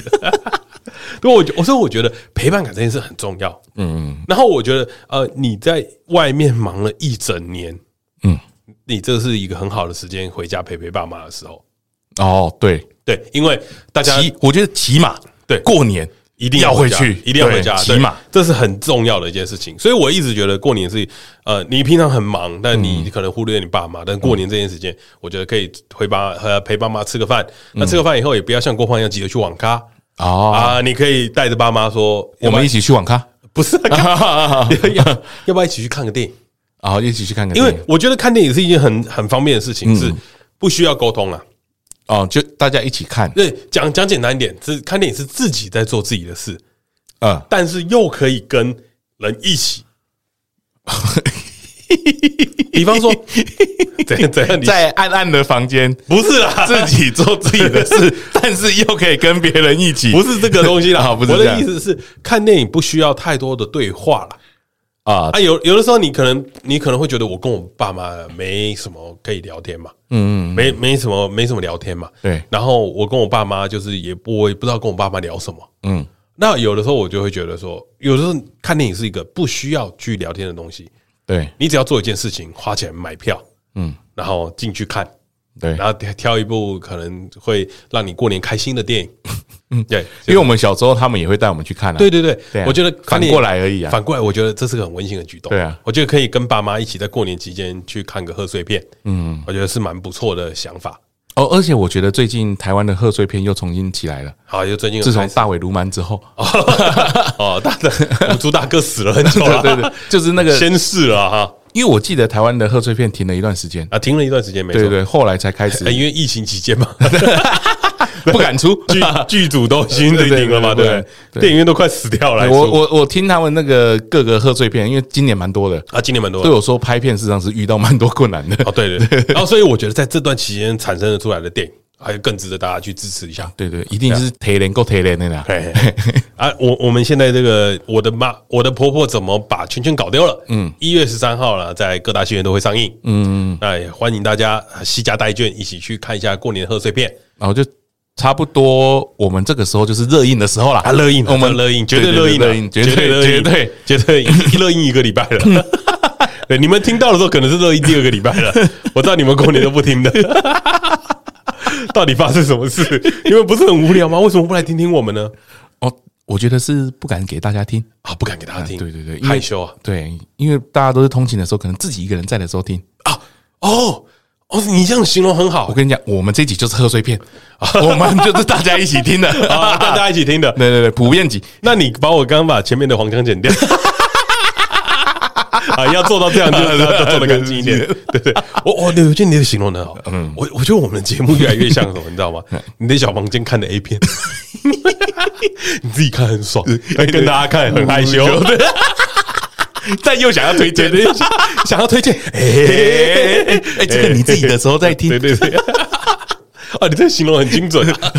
B: 对，我觉我说我觉得陪伴感这件事很重要。嗯，然后我觉得呃，你在外面忙了一整年，
A: 嗯，
B: 你这是一个很好的时间回家陪陪爸妈的时候。
A: 哦，对，
B: 对，因为大家
A: 骑，我觉得骑马，
B: 对
A: 过年
B: 一定
A: 要回
B: 家
A: 去，
B: 一定要回
A: 对
B: 家，
A: 骑
B: 对
A: 马。，
B: 这是很重要的一件事情。所以我一直觉得过年是，呃，你平常很忙，但
A: 嗯
B: 你可能忽略你爸妈，但过年这件时间，我觉得可以回爸呃陪爸妈吃个饭。
A: 嗯
B: 那吃个饭以后，也不要像郭胖一样急着去网咖
A: 哦，
B: 啊，你可以带着爸妈说，
A: 我们一
B: 起
A: 起去嗯网咖，
B: 不是啊 要要要不要一起去看个电影？
A: 然哦后一起去看看
B: 因
A: 电影，
B: 为我觉得看电影是一件很很方便的事
A: 嗯
B: 情，是不需要沟通啊。
A: 哦，就大家一起看，
B: 对，讲讲简单一点，是看电影是自己在做自己的事，
A: 嗯，
B: 但是又可以跟人一起。比 方说， 怎怎样你？
A: 在暗暗的房间
B: 不是啦，
A: 自己做自己的 事，但是 又可以跟别人一起，
B: 不是这个东西啦。
A: 啊不是
B: 我
A: 这
B: 的
A: 样
B: 意思是，看电影不需要太多的对话啦。
A: 啊
B: 啊，有有的时候你可能你可能会觉得我跟我爸妈没什么可以聊天嘛，嗯，没没什么没什么聊天嘛，
A: 对
B: 然后我跟我爸妈就是也不我也不知道跟我爸妈聊什么，
A: 嗯
B: 嗯。那有的时候我就会觉得说，有的时候看电影是一个不需要去聊天的东西，
A: 对
B: 你只要做一件事情，花钱买票，嗯，然后进去看，
A: 对，
B: 然后挑一部可能会让你过年开心 的电影，嗯，对，
A: 因为我们小时候他们也会带我们去看啊，
B: 对对对，
A: 对啊
B: 我觉得看
A: 反
B: 电影
A: 过来而已啊
B: 反过来，我觉得这是个很温馨的举动。
A: 对啊
B: 我觉得可以跟爸妈一起在过年期间去看个贺岁片，嗯，我觉得是蛮不错的想法。
A: 哦，而且我觉得最近台湾的贺岁片又重新起来了，
B: 好，就最近有
A: 自从
B: 开始
A: 大尾卢蛮之后，
B: 哦，大的五猪大哥死了很久
A: 对
B: 了，
A: 对对，就是那个，
B: 先逝了哈
A: 因为我记得台湾的贺岁片停了一段时间，
B: 啊，停了一段时间没错，
A: 对对对，后来才开始
B: 哎因为疫情期间嘛，
A: 不敢出。
B: 剧剧组都已经
A: 对对
B: 停了嘛，
A: 对
B: 对
A: 对
B: 不
A: 对
B: 对？电影院都快死 掉了，
A: 我我我听他们那个各个贺岁片，因为今年蛮多的，
B: 啊，今年蛮多
A: 对。我说拍片事实上是遇到蛮多困难的。
B: 哦，对对， 然后所以我觉得在这段期间产生的出来的电影，还有更值得大家去支持一下。
A: 对对，一定就是铁脸够铁脸的啦。
B: 哎，啊，我我们现在这个我的妈，我的婆婆怎么把圈圈搞丢了？嗯，一月十三号呢，在各大戏院都会上映。嗯，那也欢迎大家啊惜家带眷，一起去看一下过年的贺岁片。
A: 然后就差不多，我们这个时候就是热映的时候啦。
B: 啊，热映，
A: 我
B: 我
A: 们
B: 们热映，绝对热映啊，
A: 热映，绝对
B: 热
A: 绝
B: 映，
A: 对。
B: 绝对热映一个礼拜了。 对，你们听到的时候可能是热映第二个礼拜了，我知道你们过年都不听的。到底发生什么事？你们不是很无聊吗？为什么不来听听我们呢？
A: 哦，我觉得是不敢给大家听。
B: 啊，不敢给大家听，
A: 啊对对对因为
B: 害羞啊。
A: 对，因为大家都是通勤的时候，可能自己一个人在的时候听。
B: 啊，哦哦，你这样形容很好
A: 我跟你讲，我们这集就是贺岁 片，我们就是大家一起听的。
B: 啊，大家一起听 的。
A: 对对对，普遍级。
B: 那你把我刚刚把前面的黄腔剪掉。 啊，要做到这样， 就是要做的干净一点。对对，我我我觉得你的形容得很好。嗯，我我觉得我们的节目越来越像什 么，你知道吗？你在小房间看的 A 片， 你自己看很爽，哎跟大家看很害
A: 嗯
B: 羞，
A: 但又想要推荐，
B: 想要推 荐，哎
A: 哎，哎这个你自己的时候再听
B: 对。对对。啊，你这形容很精准、啊。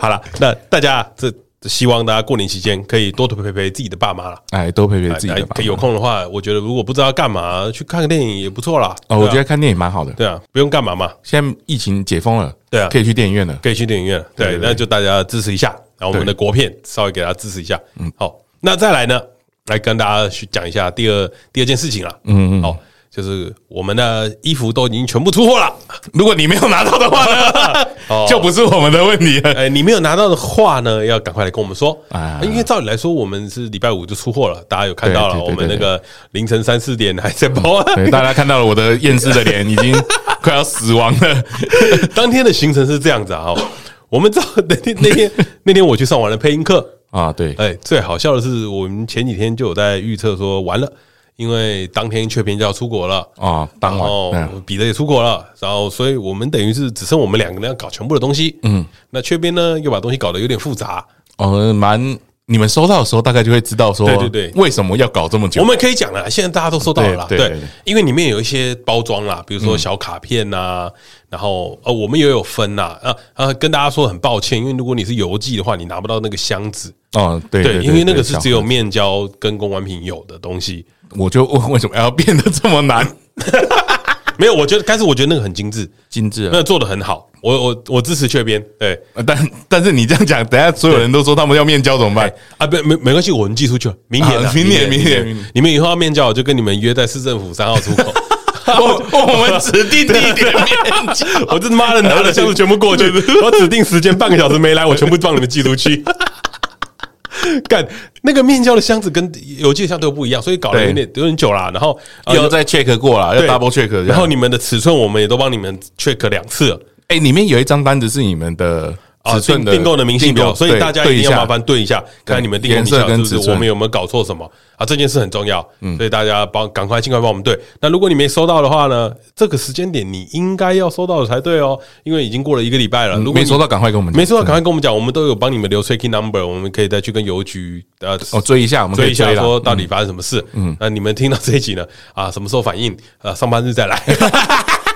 B: 好了，那大家这希望大家过年期间可以多多陪陪自己的爸妈了。
A: 哎，多陪陪自己
B: 哎
A: 的吧。
B: 有空的话，我觉得如果不知道干嘛，去看个电影也不错啦。
A: 哦，
B: 对啊
A: 我觉得看电影蛮好的。
B: 对啊，不用干嘛嘛，
A: 现在疫情解封了，
B: 对啊
A: 可以去电影院 了。
B: 可以去电影院。
A: 对
B: 对，
A: 对对
B: 那就大家支持一下，然后我们的国片稍微给大家支持一下。嗯，好，那再来呢，来跟大家去讲一下第二第二件事情了。嗯嗯，好，就是我们的衣服都已经全部出货了。
A: 如果你没有拿到的话
B: 哦
A: 呢，就不是我们的问题 了。
B: 哎，你没有拿到的话呢，要赶快来跟我们说
A: 啊
B: 啊！因为照理来说，我们是礼拜五就出货了，大家有看到了，
A: 对对对
B: 我们那个凌晨三四点还在包。
A: 对，大家看到了我的厌世的脸，已经快要死亡 了。
B: 当天的行程是这样子啊，哦我们照那天那天那天我去上完了配音课，
A: 啊，对，
B: 哎，最好笑的是，我们前几天就有在预测说完了，因为当天雀片就要出国了。
A: 啊，当
B: 然
A: 晚，
B: 后
A: 嗯
B: 彼得也出国了，然后所以我们等于是只剩我们两个人要搞全部的东西。嗯，那雀边呢又把东西搞得有点复杂，
A: 哦，蛮你们收到的时候，大概就会知道说，
B: 对对对
A: 为什么要搞这么久
B: 我？们可以讲了，现在大家都收到了啦，
A: 对
B: 对
A: 对对，
B: 因为里面有一些包装啦，比如说小卡片呐，然后呃，我们也有分啦，啊啊，跟大家说很抱歉，因为如果你是邮寄的话，你拿不到那个箱子，
A: 哦，对
B: 对，因为那个是只，有
A: 小
B: 面交跟公关品有的东西，
A: 我就问为什么要变得这么难
B: 没有，我觉得，但是我觉得那个很 精致，
A: 精致
B: 那做的很好，我我我支持缺编，对，
A: 呃 但但是你这样讲，等下所有人都说他们要面交怎么办？
B: 啊，不没没关系，我们寄出去了，明年啊
A: 啊明年明年明
B: 你们以后要面交，我就跟你们约在市政府三号出口。
A: 我我们指定地 点面 交，
B: 啊我这他妈的拿着箱子全部 过去，我指定时间半个小时没来，我全部帮你们寄出去。 干那个面交的箱子跟邮寄的箱都不一样，所以搞了有点有点久啦。然后呃
A: 要哦再 check 过啦，要
B: 对
A: double check 这样。
B: 然后你们的尺寸我们也都帮你们 check 两次了
A: 哎、里面有一张单子是你们的
B: 啊，
A: 尺寸
B: 订
A: 的
B: 订购的明细表，
A: 订购
B: 所以
A: 对
B: 大家
A: 对
B: 一
A: 一
B: 定
A: 下
B: 要麻烦对一下，看你们订购
A: 颜
B: 明细
A: 色
B: 表
A: 跟嗯
B: 是
A: 尺
B: 不是我
A: 寸
B: 们有没有搞错什么啊？这件事很重要，所以大家帮赶快尽快帮我们对。那如果你没收到的话呢，这个时间点你应该要收到的才对哦，因为已经过了一个礼拜了。如果
A: 嗯没
B: 你
A: 收到，赶快跟我们讲
B: 没错，赶快跟我们讲，我们都有帮你们留 tricky number，我们可以再去跟邮局呃
A: 哦，追一下， 我们可
B: 追
A: 以
B: 一下
A: 追啦
B: 说到底发生什么事。嗯，那你们听到这一集呢啊，什么时候反应？呃，上班 日再来。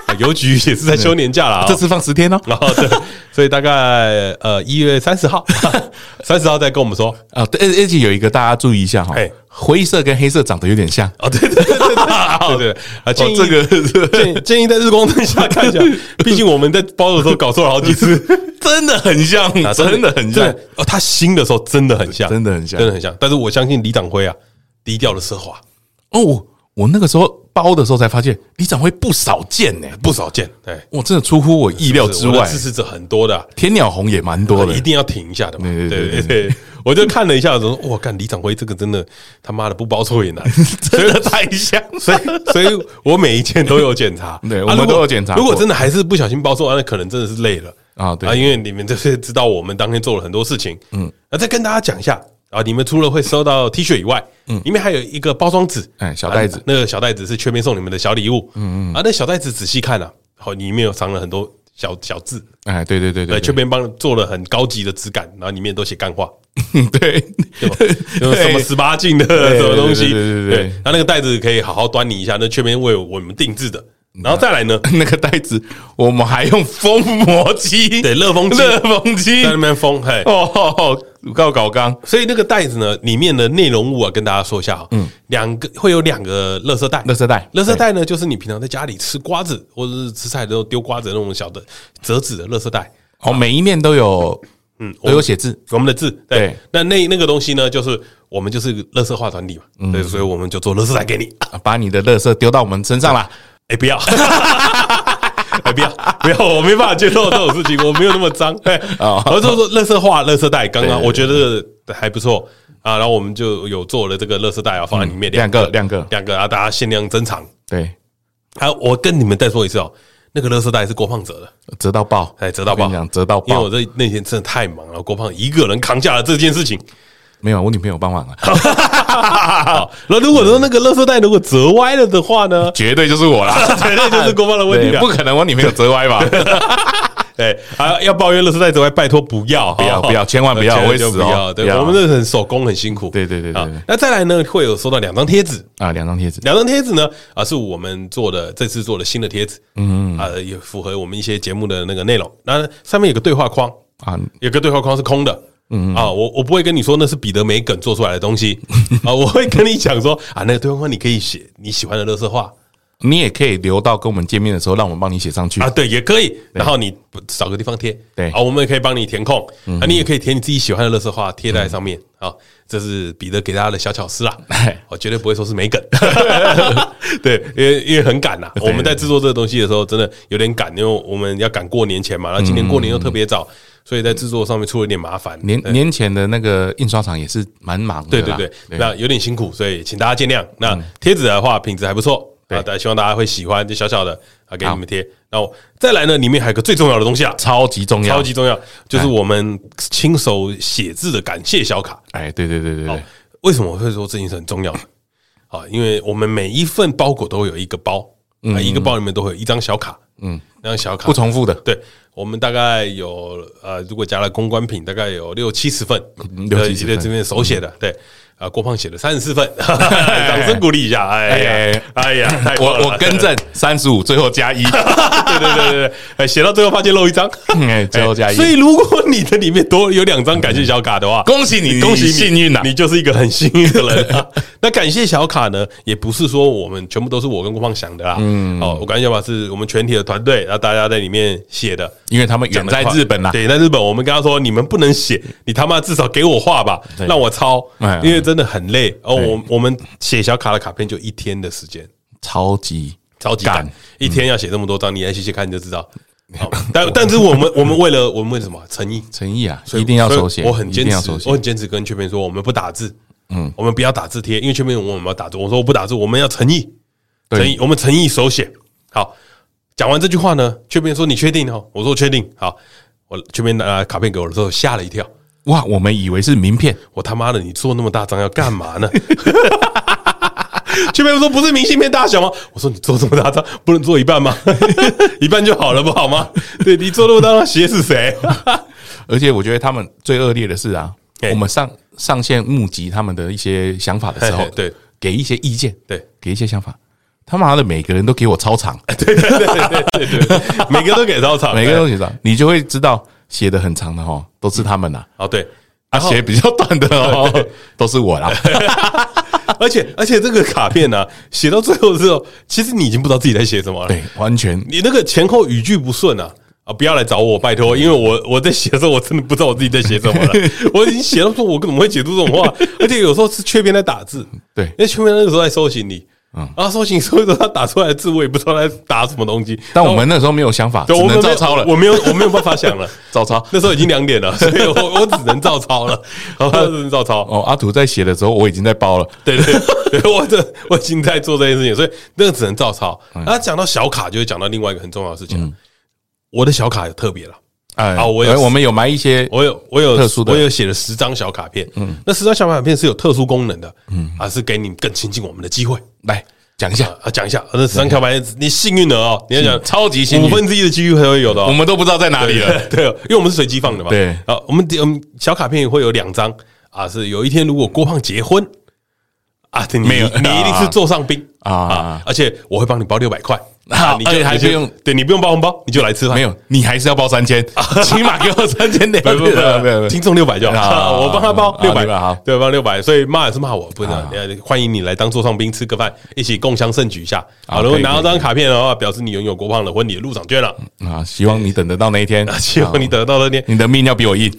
B: 啊邮局也是在休年假了啊，
A: 这次放十天哦。
B: 然后对，所以大概呃一月三十号， 三十号再跟我们说。
A: 啊，对，而而且有一个大家注意一下哈
B: 嘿，
A: 灰色跟黑色长得有点像，
B: 哦，对对对 对对对对啊！建议
A: 这 个
B: 建议建议在日光灯下看一下， 毕竟我们在包的时候搞错了好几次，
A: 真的很像，
B: 啊
A: 真的很像
B: 真。的哦，他新的时候真的很像，
A: 真的很像
B: 真的很像。但是我相信李党辉啊，低调的奢华
A: 哦，我我那个时候包的时候才发现，李长辉不少见呢，
B: 不少见，哎，
A: 我真的出乎我意料之
B: 我
A: 外
B: 的。支持者很多的啊，
A: 天鸟红也蛮多的
B: 呃一，定要停一下的嘛。
A: 对
B: 对
A: 对
B: 对
A: 对
B: 对， 我就看了一下，我说哇，干李长辉这个真的他妈的不包错也 难，
A: 真的太像了。
B: 所以，所以我每一件都有检查，
A: 对
B: 啊
A: 我们
B: 如果
A: 都有检查过
B: 如果真的还是不小心包错，那可能真的是累了
A: 啊对
B: 啊，因为你们就是知道我们当天做了很多事情，嗯，那再跟大家讲一下啊，你们除了会收到 T 恤以外，嗯，里面还有一个包装纸，
A: 哎小袋子
B: 啊那个小袋子是全面送你们的小礼物，嗯嗯，啊，那小袋子仔细看啊，好，里面有藏了很多小小字，
A: 哎，对对对
B: 对，
A: 对，
B: 全面帮做了很高级的质感，然后里面都写干话，
A: 嗯 对，
B: 有什么
A: 对
B: 十八禁的什么东
A: 对
B: 西，
A: 对对对对
B: 对，那那个袋子可以好好端你一下，那全面为我们定制的。然
A: 嗯
B: 后再来呢，
A: 那个袋子，我们还用封膜机，
B: 对，热风机
A: 热风机
B: 在，那边封，嘿，
A: 哦，告搞刚，
B: 所以那个袋子呢，里面的内容物啊，跟大家说一下哈，嗯，两个会有两个垃圾袋，
A: 垃圾袋
B: 垃圾袋呢，就是你平常在家里吃瓜子或者是吃菜的时候丢瓜子的那种小的折纸的垃圾袋，
A: 哦，每一面都有，嗯，都有写字，
B: 我们的字，对
A: 对，
B: 那那那个东西呢，就是我们就是垃圾化团体
A: 嗯
B: 嘛，对，所以我们就做垃圾袋给你，
A: 把你的垃圾丢到我们身上啦。
B: 哎、不要，哎、不要，不要，我没办法接受这种事情，我没有那么脏。哎，
A: 哦
B: 我就说，垃圾话，垃圾袋，刚刚
A: 对
B: 我觉得还不错啊，然后我们就有做了这个垃圾袋啊，放在里面
A: 嗯两个两个
B: 两个啊，大家限量珍藏。
A: 对，
B: 还有，我跟你们再说一次哦，那个垃圾袋是郭胖折的，
A: 折到爆，
B: 哎，折到
A: 我
B: 爆
A: 跟你，讲折到
B: 因为
A: 爆
B: 我，这那天真的太忙了，郭胖一个人扛下了这件 事情。
A: 没有，我女朋友帮忙啊 了，，
B: 好，那如果说那个垃圾袋如果折歪了的话呢
A: 绝对就是我啦，
B: 绝对就是郭胖的问题
A: 对
B: 啊了
A: 不。可能我女朋友折 歪吧？
B: 对啊，要抱怨乐视袋之外，拜托不要，
A: 不要
B: 好好
A: 不要千万不要
B: 千万就
A: 我会死
B: 不
A: 哦
B: 要对
A: 不，要
B: 我们这很手工很辛苦。
A: 对对对对
B: 啊
A: 对
B: 那再来呢，会有收到两张贴纸，
A: 啊，两张贴纸，
B: 两张贴纸呢啊，是我们做的这次做的新的贴纸，嗯啊，也符合我们一些节目的那个内容。那上面有个对话框
A: 啊，
B: 有个对话框是空的。嗯啊，我我不会跟你说那是彼得梅梗做出来的 东西啊，我会跟你讲说啊，那个对话框你可以写你喜欢的乐色话
A: 你也可以留到跟我们见面的时候，让我们帮你写上去
B: 啊，。对，也可以，然后你找个地方贴，
A: 对嗯
B: 啊，我们也可以帮你填空，啊，你也可以填你自己喜欢的乐色话贴在上面啊，这是彼得给大家的小巧思啦
A: 哎，
B: 我绝对不会说是没梗， 对，因为因为很赶呐，我们在制作这个东西的时候真的有点赶，因为我们要赶过年前嘛，然后今
A: 嗯
B: 年过年又特别早，所以在制作上面出了一点麻烦，
A: 年
B: 对
A: 年前的那个印刷厂也是蛮忙的
B: 对
A: 啦，嗯
B: 对对，那有点辛苦，所以请大家见谅。那贴纸的话，品质还不错。啊，大家希望大家会喜欢，就小小的啊，给你们贴。然后再来呢，里面还有个最重要的东西啊，
A: 超级重要，哎
B: 超级重要，就是我们亲手写字的感谢小卡。
A: 哎，对对对对
B: 好
A: 对，，
B: 为什么我会说这件事很重要呢？啊，因为我们每一份包裹都会有一个包，啊，一个包里面都会有一张小卡，嗯，那张小卡
A: 不重复的，
B: 对，我们大概有呃，如果加了公关品，大概有六七十份，
A: 嗯
B: 呃
A: 六七十份嗯
B: 对这边手写的，对。啊，郭胖写了三十 四份，掌声鼓励一下！哎呀，哎呀，太棒了
A: 嗯我我更 正三十五，最后加一，
B: 对对对对对哎，写到最后发现漏一张，
A: 哎 最后加一嗯
B: 所以如果你的里面多有两张感谢小卡的话，
A: 恭喜你，
B: 恭喜
A: 你
B: 你
A: 幸运呐！啊
B: 你就是一个很幸运的人、啊。 那感谢小卡呢，也不是说我们全部都是我跟郭胖想的啦。嗯，哦，我感谢小卡是我们全体的团队，然后大家在里面写的。
A: 因为他们远在日本啦，啊
B: 对，在日本，我们跟他说，你们不能写，你他妈至少给我画吧，让我抄
A: 哎，
B: 因为真的很累。哦，我我们写小卡的卡片就一天的时间，
A: 超级
B: 超级赶
A: 赶，
B: 一天要写这么多张，你来写写看你就知道。
A: 嗯
B: 好但但是我们我们为了我们为了什么诚意，
A: 诚意啊，
B: 所以
A: 一定要
B: 所以
A: 手写，
B: 我很
A: 一
B: 坚
A: 定要
B: 持
A: 手，写
B: 我，很坚持跟雀片说，我们不打字，嗯，我们不要打字贴，因为雀片问我们要打字，我说我不打字，我们要诚意，
A: 对
B: 诚意，我们诚意手写。好，讲完这句话呢，雀片说你确定哦？我说我确定。好，我雀片拿卡片给我的时候吓了一跳，
A: 哇，我们以为是名片，
B: 我他妈的，你做那么大张要干嘛呢？ 这边说不是明信片大小吗？我说你做这么大张，不能做一半吗？ 一半就好了，不好吗？ 对你做那么大张，鞋是谁？
A: 而且我觉得他们最恶劣的是啊
B: 嘿，
A: 我们上上线募集他们的一些想法的时
B: 嘿
A: 候
B: 嘿，对，
A: 给一些意见，
B: 对，
A: 给一些想法，他妈的每个人都给我超 长，
B: 对对对对对对，每个都给到场，
A: 每个人都写长，你就会知道写的很长的哈，都是他们呐，
B: 哦对，
A: 啊，写比较短的 哦，都是我啦，
B: 而且而且这个卡片呢、写到最后之后，其实你已经不知道自己在写什么 了。
A: 对，完全
B: 你那个前后语句不顺啊。啊！不要来找我，拜托，因为我我在写的时候，我真的不知道我自己在写什么 了。我已经写到说，我怎么会解读这种话？而且有时候是缺边在打字，
A: 对
B: 因为缺边那个时候在收行李，
A: 嗯
B: 然后收行李收一收，他打出来的字我也不知道他在打什么东西。
A: 但我们那时候没有想法，只
B: 对我
A: 能
B: 们没
A: 照
B: 有
A: 抄了，
B: 我没有我没有办法想了，
A: 照抄。
B: 那时候已经两点了，所以我我只能照 抄了，然后只能照抄。
A: 哦，阿土在写的时候，我已经在包了。
B: 对对，对我这我已经在做这件事情，所以那个只能照抄。那讲到小卡，就会讲到另外一个很重要的事情了。我的小卡有特别了，
A: 哎，
B: 啊我有
A: 哎我们有埋一些
B: 我有我有
A: 特殊的
B: 我有写了十张小卡片。嗯，那十张小卡片是有特殊功能的，嗯，啊，是给你更亲近我们的机会。
A: 来讲一下，
B: 啊，讲一下，啊那十张小卡片，你幸运了哦，你要讲
A: 超级幸运
B: 五分之一的机遇才会有的哦
A: 我。们都不知道在哪里了。
B: 对，因为我们是随机放的嘛。
A: 对
B: 啊，我们我们小卡片会有两张啊，是有一天如果郭胖结婚啊，你
A: 没有
B: 你一定是座上宾
A: 啊
B: 啊而且我会帮你包六百块
A: 啊
B: 你
A: 而且还
B: 你就
A: 不用
B: 对你不用包红包，你就来吃饭。
A: 没 有，你还是要包三千， 起码给我三千两
B: 不
A: 百。
B: 不不，听众六百就
A: 啊
B: 好，我帮他包
A: 啊
B: 六百
A: 600好，
B: 对，帮六百，所以骂也是骂我，不是啊，呃欢迎你来当座上宾吃个饭，一起共襄盛举一下。
A: 啊
B: 好，如果
A: 可以
B: 拿到这
A: 可
B: 张卡片的话，表示你拥有郭胖的婚礼的入场券了，
A: 啊！希望你等得到那一 天， 啊
B: 希望你得到那天
A: 你的命要比我硬。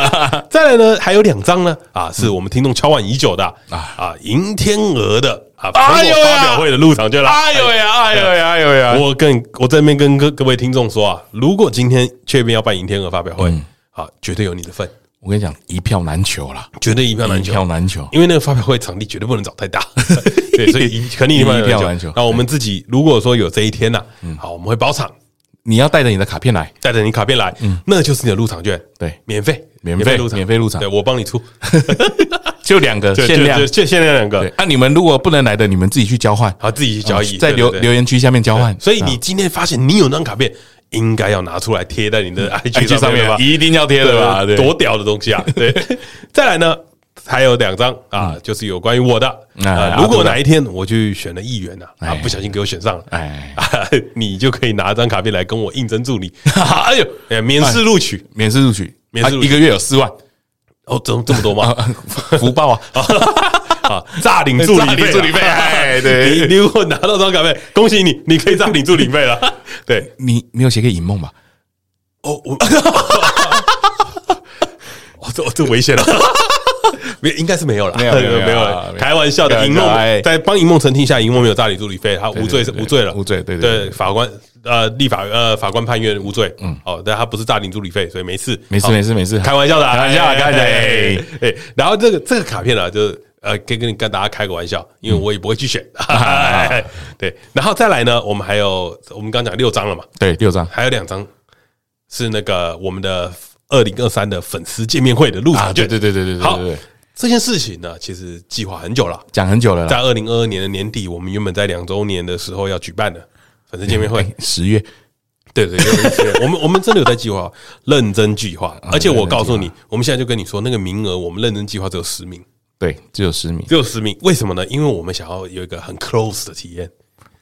B: 再来呢，还有两张呢，啊，
A: 嗯
B: 是我们听众敲碗已久的啊，啊，赢天鹅的啊，苹
A: 哎呦
B: 果
A: 呀
B: 发表会的入场券啦。
A: 哎呦呀，哎呦呀，哎呦呀！
B: 我跟我这边跟各各位听众说啊，如果今天确定要办赢天鹅发表
A: 嗯
B: 会，啊，绝对有你的份，
A: 我跟你讲，一票难求啦，
B: 绝对一票难
A: 一
B: 求，
A: 票难求。
B: 因为那个发表会场地绝对不能找太 大，对，所以一肯定一票
A: 一票
B: 难
A: 难
B: 求
A: 求。嗯
B: 那我们自己如果说有这一天呐，好，我们会包场，
A: 你要带着你的卡片来，
B: 带着你卡片来，那就是你的入场券，
A: 对，
B: 免费，
A: 嗯免费免费入场
B: 对我帮 你出，
A: 就两个限量
B: 就。就限量两个
A: 对，，啊，你们如果不能来的，你们自己去交换，
B: 好，自己去交易，
A: 哦在
B: 对对
A: 留啊
B: 对
A: 留言区下面交换。
B: 所以你今天发现你有那张卡片，应该要拿出来贴在你
A: 嗯
B: 的
A: 啊
B: IG 上面了吧？
A: 一定要贴
B: 对
A: 的
B: 吧
A: 吧？？对
B: 多屌的东西啊！ 对，再来呢，还有两张啊，就是有关于我的。
A: 嗯哎
B: 啊
A: 阿
B: 如果
A: 杜的
B: 哪一天我去选了议员呢，啊
A: 哎，
B: 不小心给我选上了，
A: 哎，
B: 啊 你就可以拿张卡片来跟我应征助理。哎呦，哎免试录取
A: 免试录取，
B: 免试
A: 啊
B: 录取
A: 一个月有四 万，哎
B: 哦，这这么多吗？
A: 福报啊！
B: 啊，诈领哦助
A: 诈
B: 理费，啊
A: 领助理费哎对
B: 你你如果拿到这张卡片，恭喜你，你可以诈领助理 费了。对，
A: 你没有写给尹梦吧？
B: 哦，我，哦，这这危险了。没，应该是没有了，
A: 没有没有
B: 没
A: 没有
B: 有
A: 啊
B: 了。
A: 没有
B: 开玩笑的，
A: 开玩
B: 银
A: 笑
B: 梦
A: 哎
B: 在帮银梦澄清一下，银梦没有诈领助理费，他
A: 对
B: 无罪是
A: 对对
B: 无罪了，
A: 无罪对对对
B: 对，法官呃，立法呃，法官判院无罪，嗯，哦，但他不是诈领助理费，所以没事，
A: 没事
B: 好
A: 没事没事
B: 开玩笑的啊，
A: 开玩笑
B: 哎
A: 开玩笑
B: 哎哎哎，然后这个这个卡片呢，就是呃，跟跟跟大家开个玩笑，因为
A: 嗯
B: 我也不会去 选，对，然后再来呢，我们还有我们刚讲六张了嘛，
A: 对，六张
B: 还有两张是那个我们的二零二三的粉丝见面会的入
A: 啊！
B: 场
A: 对
B: 券。
A: 对对对对对
B: 好
A: 对对，，
B: 这件事情呢，其实计划很久了，
A: 讲很久了啦
B: 在，二零
A: 哎
B: 二二年的年底，我们原本在两周年的时候要举办的粉丝见面会，
A: 十月
B: 对对，有一些 我们我们真的有在计划，认真计划。
A: 啊
B: 而且我告诉你，我们现在就跟你说，那个名额我们认真计划只有十名，
A: 对，只有十名。
B: 只有十名。为什么呢？因为我们想要有一个很 close 的体验。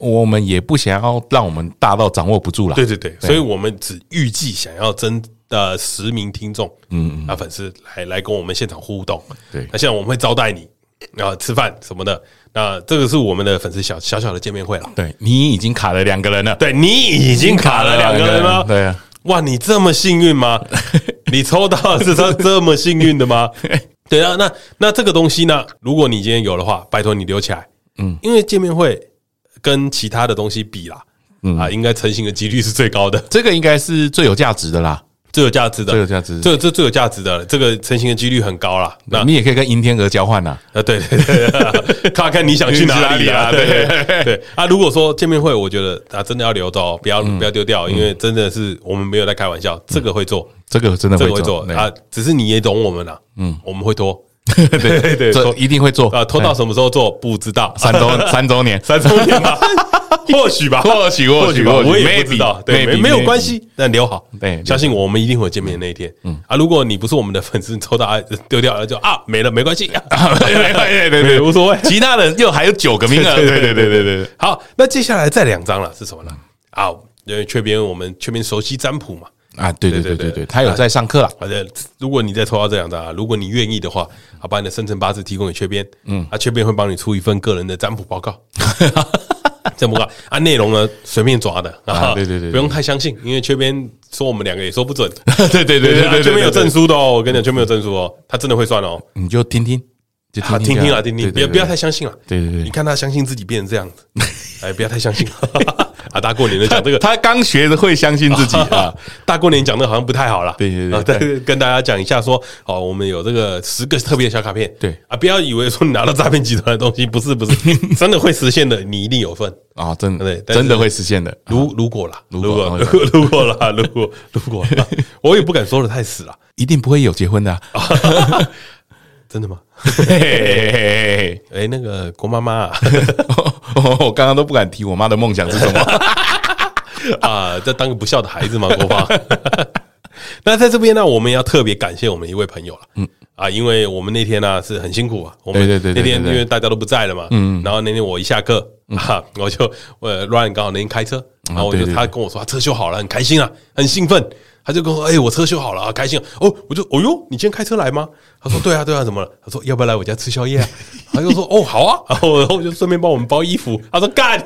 A: 我们也不想要让我们大到掌握不住啦。
B: 对对对，所以我们只预计想要增呃十名听众，嗯啊粉丝来来跟我们现场互动。
A: 对
B: 那现在我们会招待你，然后吃饭什么的。那这个是我们的粉丝小小小的见面会了。
A: 对你已经卡了两个人了，
B: 对你已经卡了两个人吗？
A: 对啊，
B: 哇，你这么幸运 吗？你抽到的是他这么幸运的吗？对啊，那那这个东西呢？如果你今天有的话，拜托你留起来，嗯，因为见面会跟其他的东西比啦，啊，应该成型的几率是最高的，
A: 这个应该是最有价值的啦。
B: 最有价值的，
A: 最有价值
B: 这这最有价值的了，这个成型的几率很高啦。那
A: 你也可以跟银天鹅交换啦。
B: 啊，对对对对， 看看你想去哪里
A: 去哪
B: 啊？对
A: 里啊
B: 对对啊！如果说见面会，我觉得啊，真的要留着哦，不要
A: 嗯
B: 不要丢掉，因为真的是我们没有在开玩笑，这个会做，
A: 这个真的
B: 这
A: 会
B: 个会做
A: 做，对
B: 啊，只是你也懂我们啦，嗯，我们会拖，对对
A: 这
B: 拖
A: 一定会做
B: 啊，拖到什么时候做不知道，
A: 三周三周年，
B: 三周年吧，或许吧，
A: 或许 或许
B: 吧
A: 或许
B: 我也
A: maybe，
B: 不知道，对，没
A: maybe，
B: 没有
A: maybe
B: 关系，但留好，
A: 对留好
B: 相信我，我们一定会有见面的那一天，嗯啊，如果你不是我们的粉丝，你抽到啊丢掉了就啊没了，没关 系，
A: 对对对
B: 无所谓
A: 其他人又还有九个名额，对
B: 对
A: 对
B: 对对
A: 对对
B: 对
A: 对对，
B: 好，那接下来再两张了，是什么呢？啊，因为雀边我们雀边熟悉占卜嘛，
A: 啊，对对对
B: 对对
A: 对
B: 对
A: 对，他有在上课啦，
B: 反正如果你再抽到这两张啊，如果你愿意的话，啊，把你的生辰八字提供给雀边，嗯，啊，雀边会帮你出一份个人的占卜报告。 占卜报告啊，内容呢随便抓的
A: 啊对对对对
B: 不用太相信，因为雀边说我们两个也说不准，
A: 对 对对
B: 啊雀边有证，书的哦，我跟你讲，雀边有证书哦，他真的会算哦，
A: 你就听听，就
B: 好听听
A: 就
B: 啦，
A: 好
B: 听听，
A: 对
B: 不要
A: 对
B: 不要太
A: 对
B: 相信了，
A: 对对对
B: 你看他相信自己变成 这样子，哎，不要太相信 了啊，大过年的讲这个，
A: 他刚学的会相信自己啊，
B: 大过年讲的好像不太好了，
A: 对对对
B: 啊但是跟大家讲一下说，哦，我们有这个十个特别的小卡片，
A: 对
B: 啊，不要以为说你拿到诈骗集团的东西，不是 不是，真的会实现的，你一定有份。
A: 啊，真
B: 对
A: 的
B: 但是
A: 真的会实现的，
B: 如如果啦，如
A: 啊如果哦
B: 果 如果啦，如果如果 啦，我也不敢说的太死了，
A: 一定不会有结婚的啊，
B: 真的吗？
A: 嘿嘿嘿嘿嘿
B: 哎，那个郭妈妈啊
A: 我我刚刚都不敢提我妈的梦想是什么，
B: 啊，这当个不孝的孩子嘛，国芳。 那在这边呢，我们也要特别感谢我们一位朋友了，嗯啊，因为我们那天呢、是很辛苦啊，我们
A: 对对对对
B: 那天因
A: 对对嗯
B: 为大家都不在了嘛，嗯，然后那天我一下课啊，我就呃，Ryan 刚好那天开车，然后我就
A: 啊对对对
B: 他跟我说他啊车修好了，很开心啊，很兴奋。他就跟我说：“哎、我车修好了啊，开心、啊、哦！”我就：“哦哟，你今天开车来吗？”他说：“对啊，对啊，怎么了？”他说：“要不要来我家吃宵夜啊？”他就说：“哦，好啊。”然后，然后我就顺便帮我们包衣服。他说：“干。”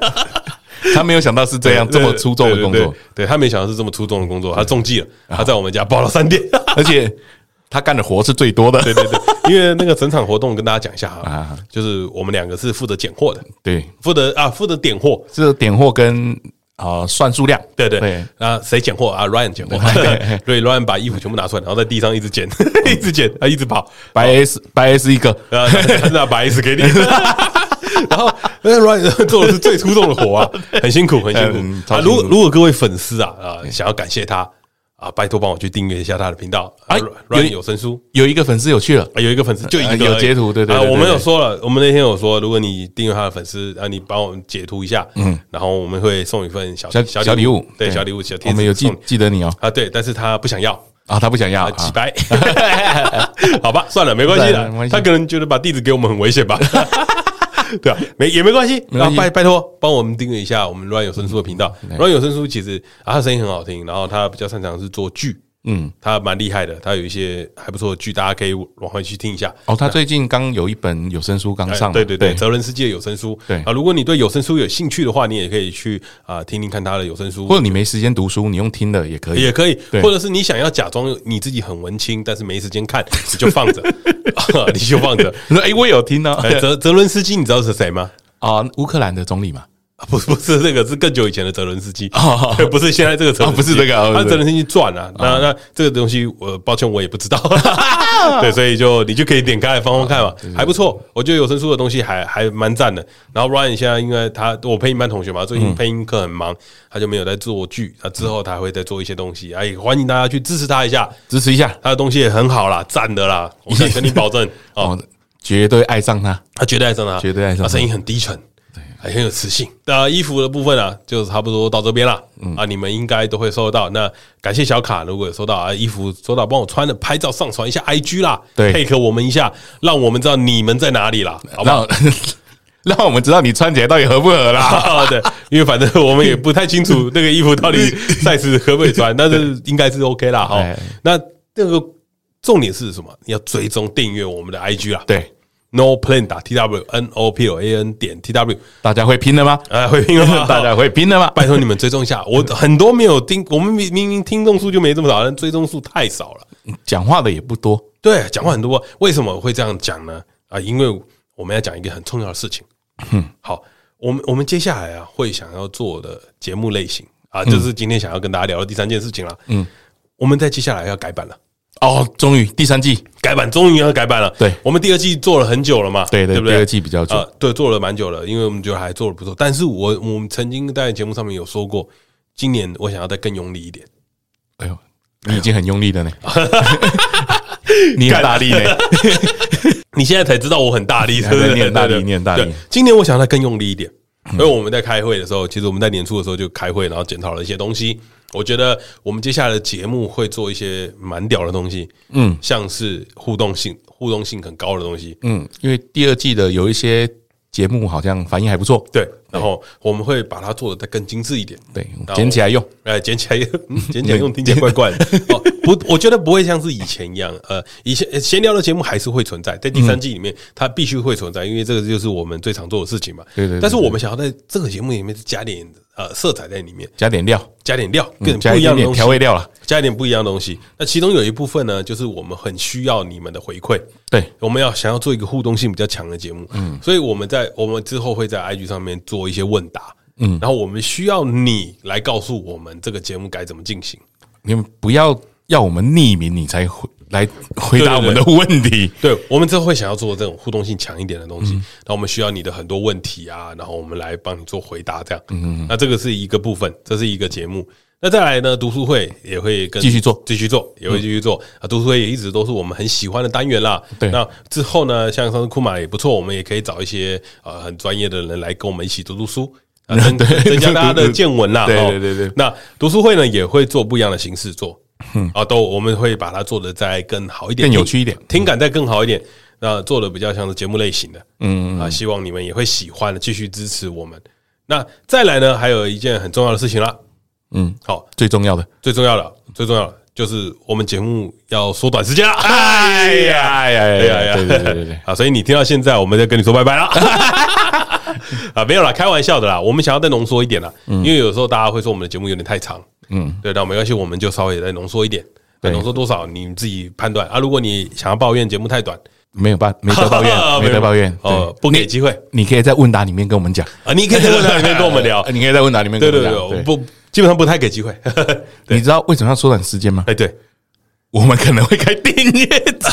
A: 他没有想到是啊这样这么出众的工
B: 对对
A: 作啊
B: 对，对他没想到是这么出众的工作，他中计了，他在我们家报了三 点。
A: 而且他干的活是最多的，
B: 对对对，因为那个整场活动跟大家讲一下啊
A: 啊，
B: 就是我们两个是负责拣货的，
A: 对，
B: 负责啊负责点货。
A: 这点货跟啊算数量，
B: 对对
A: 对
B: 啊，谁捡货啊？Ryan 捡货， 对 Ryan 把衣服全部拿出来，然后在地上一直捡， 一直捡，啊，一直跑，
A: 白 S 白 S 一个，
B: 啊，那把 S 给你。 然后，那 Ryan 做的是最出众的活啊，很辛苦，很辛
A: 嗯
B: 苦
A: 超
B: 啊！
A: 辛
B: 如
A: 苦
B: 果如果各位粉丝啊啊，想要感谢他啊，拜托帮我去订阅一下他的频道。啊
A: 哎
B: Ryan
A: 有
B: 有声书，
A: 有一个粉丝有去了，
B: 啊，有一个粉丝就一个
A: 呃有
B: 而已
A: 截图对对
B: 啊
A: 对对
B: 我们
A: 对
B: 有说了，我们那天有说，如果你订阅他的粉丝，啊，你帮我们截图一下，嗯，然后我们会送一份小
A: 小小礼物，
B: 对，小礼物，小贴纸
A: 我们有记
B: 送
A: 记得你哦，
B: 啊，对，但是他不想要，
A: 啊，他不想要
B: 啊，几
A: 啊，
B: 百， 好吧，算了，没关系
A: 算了没
B: 的。
A: 关系
B: 他可能觉得把地址给我们很危 险吧，对啊，没也没关系。
A: 没关
B: 啊，
A: 系
B: 拜拜托，帮我们订阅一下我们乱有声书的频道。乱有声书其实啊，他声音很好听，然后他比较擅长是做剧，嗯，他蛮厉害的，他有一些还不错的剧，大家可以往回去听一下。
A: 哦，他最近刚有一本有声书刚
B: 哎
A: 啊上嘛，
B: 对对对，，泽伦斯基的有声书。
A: 对
B: 啊，如果你对有声书有兴趣的话，你也可以去啊听听看他的有声书，
A: 或者你没时间读书，你用听的也可以，
B: 也可以，
A: 对
B: 或者是你想要假装你自己很文青，但是没时间看，你就放着， 啊你就放着。
A: 你说哎，我有听呢，
B: 哎，泽泽伦斯基，你知道是谁吗？
A: 啊，乌克兰的总理嘛，
B: 啊不，不是这个，是更久以前的泽伦斯基
A: 哦，
B: 不是现在这个泽伦
A: 哦不
B: 斯基，
A: 是这个哦不
B: 他
A: 是
B: 泽伦斯基赚啊。那那这个东西，我抱歉，我也 不知道。对，所以就你就可以点开来放放看
A: 哦
B: 嘛，还不错。我觉得有声书的东西还还蛮赞的。然后 Ryan 现在因为他我配音班同学嘛，最
A: 嗯
B: 近配音课很忙，他就没有在做剧，他之后他还会再做一些东西，哎，也欢迎大家去支持他一下。
A: 支持一下
B: 他的东西也很好啦，赞 的啦，我敢跟你保证哦
A: 哦，，绝对爱上他，
B: 他绝对爱上他，
A: 绝对爱上他
B: 他声音很低沉，还很有磁性。那衣服的部分啊，就差不多到这边啦。
A: 嗯
B: 啊，你们应该都会收到。那感谢小卡，如果有收到啊，衣服收到，帮我穿的拍照上传一下 IG 啦，
A: 对
B: 配合我们一下，让我们知道你们在哪里啦，好 不好？
A: 让让我们知道你穿起来到底合不合啦。
B: 啊，对，因为反正我们也不太 清楚那个衣服到底赛事可不可以穿，但是应该是 OK 啦。哈
A: 哎，
B: 那那个重点是什么？你要追踪订阅我们的 IG 啦。
A: 对，
B: ，No Plan 打 T W N O P L A N 点 T W，
A: 大家会拼了吗？
B: 哎，会拼了吗？
A: 大家会拼了吗？
B: 拜托你们追踪一下，我很多没有听，我们明明明听众数就没这么少，但追踪数太少了。
A: 讲话的也不多，
B: 对，讲话很多，为什么会这样讲呢？啊，因为我们要讲一个很重要的事情。
A: 嗯
B: 好，我们我们接下来啊会想要做的节目类型啊，
A: 嗯
B: 就是今天想要跟大家聊的第三件事情了。嗯，我们在接下来要改版了。
A: 哦，终于第三季，
B: 改版终于要改版了，
A: 对
B: 我们第二季做了很久了嘛，
A: 对对
B: 不对？
A: 第二季比较久
B: 呃对，做了蛮久了，因为我们觉得还做的不错。但是我我们曾经在节目上面有说过，今年我想要再更用力一点，
A: 哎呦，你已经很用力了呢，
B: 哎
A: 你很大力 呢，
B: 你现在才知道我很大力，对不对？
A: 你很大力
B: 对对对
A: 你很大力嗯
B: 对今年我想再更用力一点，因为我们在开会的时候，其实我们在年初的时候就开会，然后检讨了一些东西。我觉得我们接下来的节目会做一些蛮屌的东西，嗯，像是互动性、互动性很高的东西，
A: 嗯，因为第二季的有一些节目好像反应还不错，
B: 对。然后我们会把它做的再更精致一点，
A: 对
B: 然后，
A: 捡起来用，
B: 哎，捡起来，嗯 捡起来用，听起来怪怪的。哦，不，我觉得不会像是以前一样。呃，以前呃闲聊的节目还是会存在，在第三
A: 嗯
B: 季里面，它必须会存在，因为这个就是我们最常做的事情嘛。
A: 对对对
B: 但是我们想要在这个节目里面加点呃色彩在里面，
A: 加点料，
B: 加点料，
A: 嗯
B: 更
A: 加
B: 不
A: 一
B: 一样
A: 点点
B: 的东西
A: 调，味料了，
B: 加一点不一样的东西。那其中有一部分呢，就是我们很需要你们的回馈。
A: 对，
B: 我们要想要做一个互动性比较强的节目，嗯，所以我们在我们之后会在 IG 上面做一些问答，嗯，然后我们需要你来告诉我们这个节目该怎么进行。
A: 你们不要要我们匿名，你才回来回答我们
B: 对对
A: 的问题，
B: 对，我们之后会想要做这种互动性强一点的
A: 嗯
B: 东西，那我们需要你的很多问题啊，然后我们来帮你做回答，这样，嗯，那这个是一个部分，这是一个节目。那再来呢，读书会也会跟
A: 继续做嗯
B: 继续做，也会继续做啊。读书会也一直都是我们很喜欢的单元啦。
A: 对
B: 那之后呢，像上次库马也不错，我们也可以找一些呃很专业的人来跟我们一起读读书。 啊，增增加大家的见闻啦，
A: 对
B: 哦
A: 对对对
B: 那读书会呢也会做不一样的形式做，啊，都我们会把它做的再更好一
A: 嗯
B: 点，
A: 更有趣一点
B: 听感再更好一点。那做的比较像是节目类型的，嗯啊，希望你们也会喜欢，继续支持我们。那再来呢，还有一件很重要的事情啦，嗯，好，
A: 最重要的，
B: 最重要的，最重要的就是我们节目要缩短时间了。
A: 哎呀 哎呀哎
B: 哎呀
A: 呀，对对对对对，
B: 啊！所以你听到现在，我们在跟你说 拜拜了。啊，没有啦，开玩笑的啦。我们想要再浓缩一点啦，
A: 嗯
B: 因为有时候大家会说我们的节目有点太长，嗯，对，那没关系，我们就稍微再浓缩一点。啊
A: 对
B: 浓缩多少你自己判断啊。如果你想要抱怨节目太 短，
A: 没有办，没得抱 怨， 没得抱怨，
B: 哦
A: 对，，
B: 不给机会
A: 你可以在问答里面跟我们讲，
B: 啊。
A: ，
B: 你可以在论坛里面跟我们聊
A: 你可以在问答里面跟
B: 对
A: 我
B: 对
A: 们
B: 对，
A: 讲，
B: 我不基本上不太给机会。
A: 你知道为什么要缩短时间吗？
B: 哎，对，
A: 我们可能会开订阅制。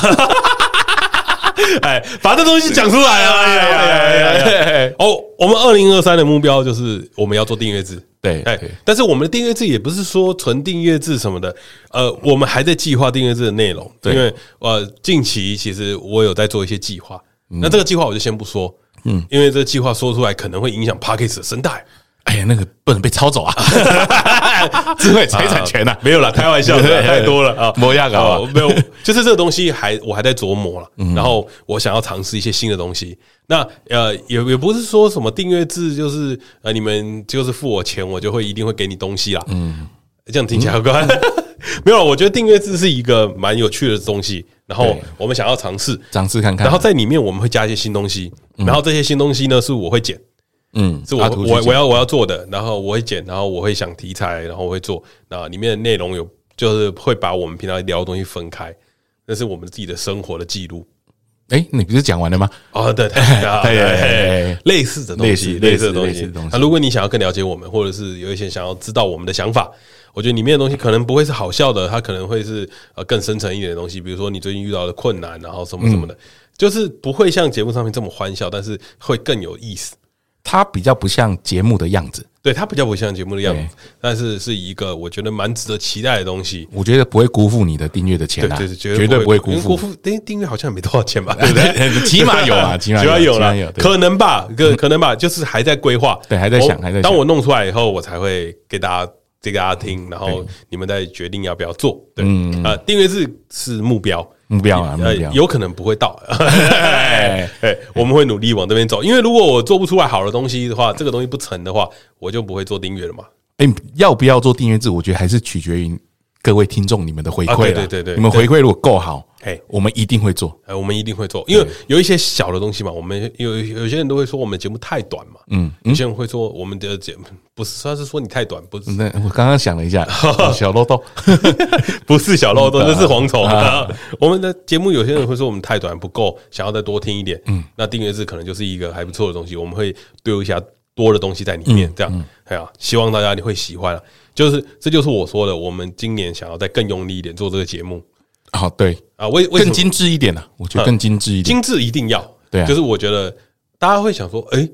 B: 哎，把这东西讲出来啊！哎呀哎呀哎呀哎呀！哦，我们二零二三的目标就是我们要做订阅制。
A: 对
B: 哎
A: 对，
B: 但是我们的订阅制也不是说纯订阅制什么的，呃，我们还在计划订阅制的内容，因
A: 对
B: 为呃，近期其实我有在做一些计划，那这个计划我就先不说，嗯，因为这个计划说出来可能会影响 p a c k a g e 的生态，
A: 哎呀，那个不能被抄走啊！ 智慧财产权啊
B: 啊，没有啦，开玩笑 的，
A: 对
B: 太多了啊，
A: 没要搞啊嗯
B: 哦没有，就是这个东西还我还在琢磨了，然后我想要尝试一些新的东西。那呃，也也不是说什么订阅制，就是呃，你们就是付我钱，我就会一定会给你东西啦。嗯，这样听起来好怪。
A: 嗯
B: 没有，我觉得订阅制是一个蛮有趣的东西，然后
A: 对
B: 我们想要尝试，
A: 尝试看看。
B: 然后在里面我们会加一些新东西，然后这些新东西呢是我会剪，
A: 嗯，
B: 是我
A: 阿图去
B: 我我
A: 讲
B: 要我要做的，然后我会剪，然后我会想题材，然后我会做。那里面的内容有就是会把我们平常聊的东西分开，那是我们自己的生活的记录。
A: 哎，你不是讲完了吗？
B: 哦，对，太太好了
A: 对对对
B: 嘿
A: 对
B: 类似的东西，
A: 类似
B: 类似的东
A: 类似类似
B: 西
A: 的东。西
B: 那如果你想要更了解我们，或者是有一些想要知道我们的想法，我觉得里面的东西可能不会是好笑的，它可能会是呃更深层一点的东西，比如说你最近遇到的困啊
A: 嗯
B: 难，然后什么什么的，就是不会像节目上面这么欢笑，但是会更有意思。
A: 它比较不像节目的样子，
B: 对它比较不像节目的样
A: 对
B: 子，但是是一个我觉得蛮值得期待的东西。
A: 我觉得不会辜负你的订阅的
B: 对
A: 钱啊，
B: 对对，
A: 绝对不会辜
B: 因为
A: 负
B: 辜。负订订阅好像也没多少钱吧，对
A: 对
B: 不对？
A: 对，起码有 啦，起码
B: 有
A: 起
B: 啦
A: 码有，对嗯
B: 可能吧，可可能吧，就是还在规划，
A: 对还在想
B: 我
A: 还在想
B: 当我弄出来以后，我才会给大家给大家听，然后你们再决定要不要做。对，啊，订阅制是目标。
A: 嗯目标啊，目
B: 呃，
A: 标。
B: 有可能不 会到， 哎，我们会努力往这边走，因为如果我做不出来好的东西的话，这个东西不成的话，我就不会做订阅了嘛。
A: 哎、要不要做订阅制？我觉得还是取决于各位听众你们的回馈、啦。
B: 啊对对对对
A: 你们回馈如果够好，
B: 嘿
A: 我们一定会做。
B: 哎，我们一定会做，因为有一些小的东西嘛，我们有有些人都会说我们节目太短嘛，嗯，有些人会说我们的节目不是，他是说你太短，不是
A: 那我刚刚想了一 下，小漏洞，
B: 不是小漏洞，这是蝗虫。 我们的节目有些人会说我们太短不够，想要再多听一点，嗯，那订阅制可能就是一个还不错的东西，我们会丢一下多的东西在里面，这样，哎呀，希望大家你会喜欢啊。就是这就是我说的，我们今年想要再更用力一点做这个节目
A: 好、哦对，
B: 啊，为为什
A: 更
B: 么？
A: 精致一点啊，我觉得更精致一点。
B: 精致一定要，
A: 对啊
B: 就是我觉得大家会想说，哎、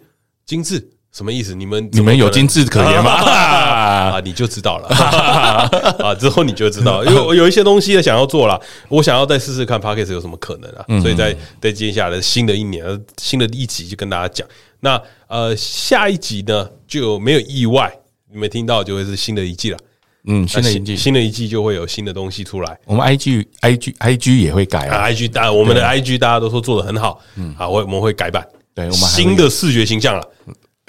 B: 精致什么意思？你们
A: 你们有精致可言吗
B: 啊，你就知 道了啊，之后你就知道，因为我有一些东西想要做了，我想要再试试看 p a c k a g e 有什么可能
A: 嗯
B: 啊，所以在在接下来的新的一年、新的一集就跟大家讲。那呃，下一集呢就没有意外，你们听到就会是新的一季了。
A: 嗯，新的一
B: 那
A: 季，
B: 新的一季就会有新的东西出来。
A: 我们 IG IG IG 也会改啊，
B: 啊，IG 大我们的 IG 大家都说做的很好，嗯，啊，我我们会改版，
A: 对我们还会
B: 新的视觉形象了，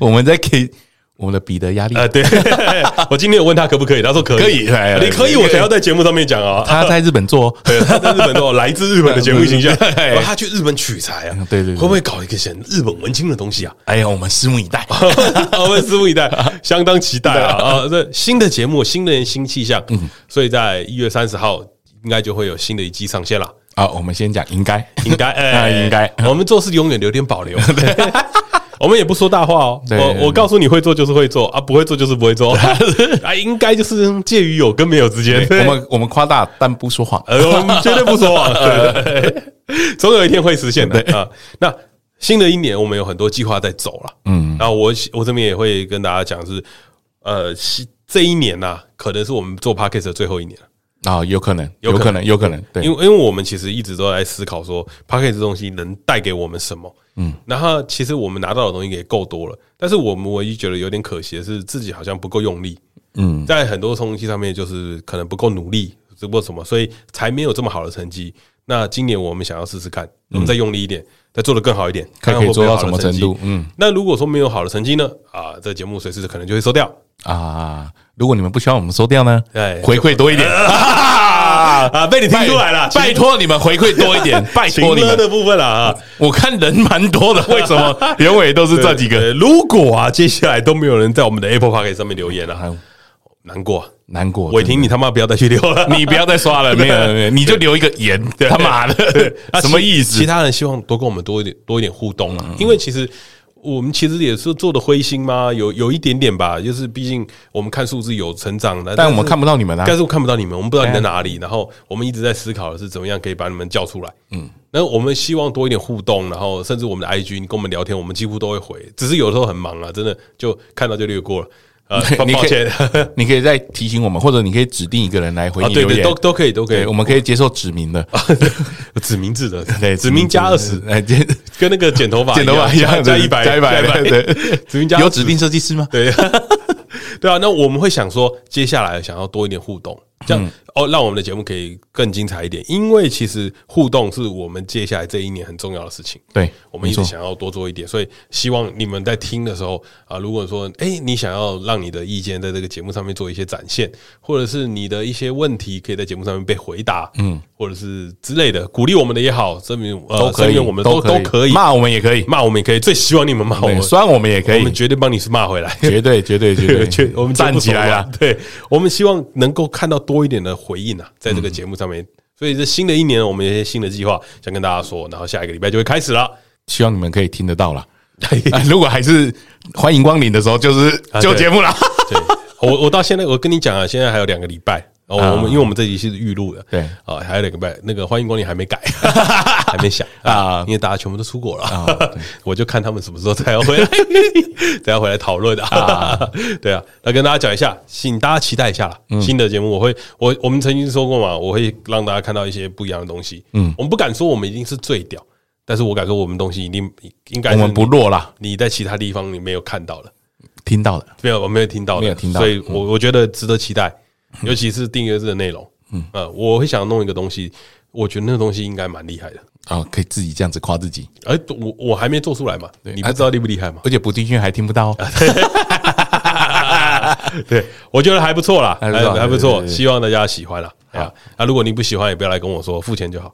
A: 我们在给我们的彼得压力。
B: 呃，对， 我今天有问他可不可以，他说可以，啊
A: 可以来来
B: 你可以，
A: 来
B: 我才要在节目上面讲 啊。
A: 他在日本做、哦，
B: 对，他在日本 都有来自日本的节目形象，
A: 对对
B: 哇他去日本取材啊，
A: 哎嗯对对对
B: 会不会搞一个很日本文青的 东西啊？
A: 哎呀，我们拭目以待。
B: 我们拭目 以待，相当期待啊！啊，这新的节目，新的人，新气象，
A: 嗯
B: 所以在一月三十号应该就会有新的一季上线了。
A: 好，我们先讲应该，
B: 应该，哎、
A: 啊应该
B: 我们做事永远留点保 留。 我们也不说大话哦，
A: 对
B: 我我告诉你会做就是会做啊，不会做就是不会做 啊，应该就是介于有跟没有之间。
A: 我们我们夸大但不说谎。
B: 呃，我们绝对不 说谎，对对对， 总有一天会实现的啊。那新的一年我们有很多计划在走了，嗯，然后我我这边也会跟大家讲是，呃，西这一年呐、可能是我们做 podcast 的最后一年了。
A: 啊、有可能，
B: 有
A: 有可
B: 可
A: 能，有可能，对，
B: 因为因为我们其实一直都在思考说 p a c k a g e 这东西能带给我们什么。嗯，然后其实我们拿到的东西也够多了，但是我们唯一觉得有点可惜的是自己好像不够用力。嗯，在很多东西上面就是可能不够努力，只不过什么，所以才没有这么好的成绩。那今年我们想要试试看，我们再用力一点，再做得更好一点，
A: 嗯看
B: 看
A: 可以
B: 会不
A: 做
B: 会有
A: 到
B: 好
A: 什
B: 的
A: 么程
B: 绩
A: 度。嗯。
B: 那如果说没有好的成绩呢？啊，这个节目随时可能就会收掉。
A: 啊，如果你们不希望我们收掉呢，
B: 对
A: 回馈多一点
B: 啊
A: 啊
B: 被你 听出来了
A: 拜拜托你们回馈多一 点，拜
B: 情
A: 托你
B: 勒
A: 们。
B: 的部分了啊，
A: 我看人蛮多的，为什么原尾都是这几
B: 对
A: 个？
B: 对如果啊，接下来都没有人在我们的 Apple Park 上面留言了、
A: 哎
B: 啊，难过、啊。
A: 难过，
B: 伟霆，你他妈不要再去留了，
A: 你不要再刷了，没有没有，你就留一个 言，他妈的，
B: 啊
A: 什么
B: 其
A: 意
B: 其
A: 思？嗯
B: 他人希望多跟我们多一点多一点互动啊，因为其实我们其实也是做的灰心嘛，有有一点点吧，就是毕竟我们看数字有成长的，
A: 但我们
B: 是
A: 看不到你们啊
B: 但，是我看不到你们，我们不知
A: 哎
B: 道你在哪里。然后我们一直在思考的是怎么样可以把你们叫出来。嗯，那我们希望多一点互动，然后甚至我们的 IG 你跟我们聊天，我们几乎都会回，只是有时候很忙啊，真的就看到就略过了。呃，抱
A: 你
B: 抱
A: 可
B: 歉
A: 以你可以再提醒我们，或者你可以指定一个人来回
B: 啊，
A: 你
B: 对
A: 留
B: 对，
A: 言
B: 都，都可以，都可以
A: 对，我。们可以接受指名 的，
B: 指名制的，
A: 对，
B: 指名加二十，
A: 哎，剪
B: 跟那个剪头发
A: 剪头发一样，
B: 加
A: 对
B: 一百，
A: 加一百，
B: 100
A: 对，
B: 指名加
A: 有
B: 20
A: 指定设计师吗？
B: 对， 对啊。那我们会想说，接下来想要多一点互动，这
A: 嗯
B: 样、哦，让我们的节目可以更精彩一点。因为其实互动是我们接下来这一年很重要的事情。
A: 对，
B: 我们一
A: 没
B: 直
A: 错
B: 想要多做一点，所以希望你们在听的时候啊，如果说哎、诶你想要让你的意见在这个节目上面做一些展现，或者是你的一些问题可以在节目上面被回答，嗯，或者是之类的，鼓励我们的也好，证明呃，
A: 都可
B: 声
A: 以，
B: 援我们都都可以，
A: 骂我们也可以，
B: 骂我们也可以，最希望你们骂我
A: 对，
B: 们，
A: 酸我们也可
B: 我
A: 以
B: 们，绝对帮你是骂回来。
A: 绝对绝对绝
B: 对，
A: 对，
B: 确我们节目
A: 站起来啊了
B: 走完。对我们希望能够看到多一点的回应啊，在
A: 嗯
B: 这个节目上面。所以这新的一年，我们有一些新的计划想跟大家说，然后下一个礼拜就会开始了。
A: 希望你们可以听得到 啦。啊如果还是欢迎光临的时候，就是
B: 啊
A: 就
B: 对
A: 节目啦。
B: 对我，我到现在我跟你讲啊，现在还有两个礼拜，然后我们因为我们这集是预录的，
A: 对
B: 啊，还有两个半，那个欢迎光临还 没改，还没想啊
A: 啊，
B: 因为大家全部都出国 了，我就看他们什么时候才要回来， 等下回来讨论啊。 对啊，那跟大家讲一下，请大家期待一下啦。
A: 嗯
B: 新的节目我会，我我们曾经说过嘛，我会让大家看到一些不一样的东西。嗯，我们不敢说我们一定是最屌，但是我敢说我们东西一定应该
A: 我
B: 是
A: 们不
B: 你
A: 弱啦，
B: 你在其他地方你没有看到的。
A: 听到了，
B: 没有，我没有听到的，
A: 没有听到嗯
B: 所以我我觉得值得期待，尤其是订阅制的内容。嗯，呃，我会想弄一个东西，我觉得那个东西应该蛮厉害的。
A: 啊，可以自己这样子夸自己，
B: 哎，我我还没做出来嘛，你不知道厉不厉害嘛？
A: 而且不进去还听不
B: 啊
A: 到哦，
B: 对，我觉得还不错啦，还
A: 还不错
B: 还不
A: 对
B: 错，
A: 对对
B: 希望大家喜欢啦。啊，啊，如果你不喜欢，也不要来跟我说，付钱 就好。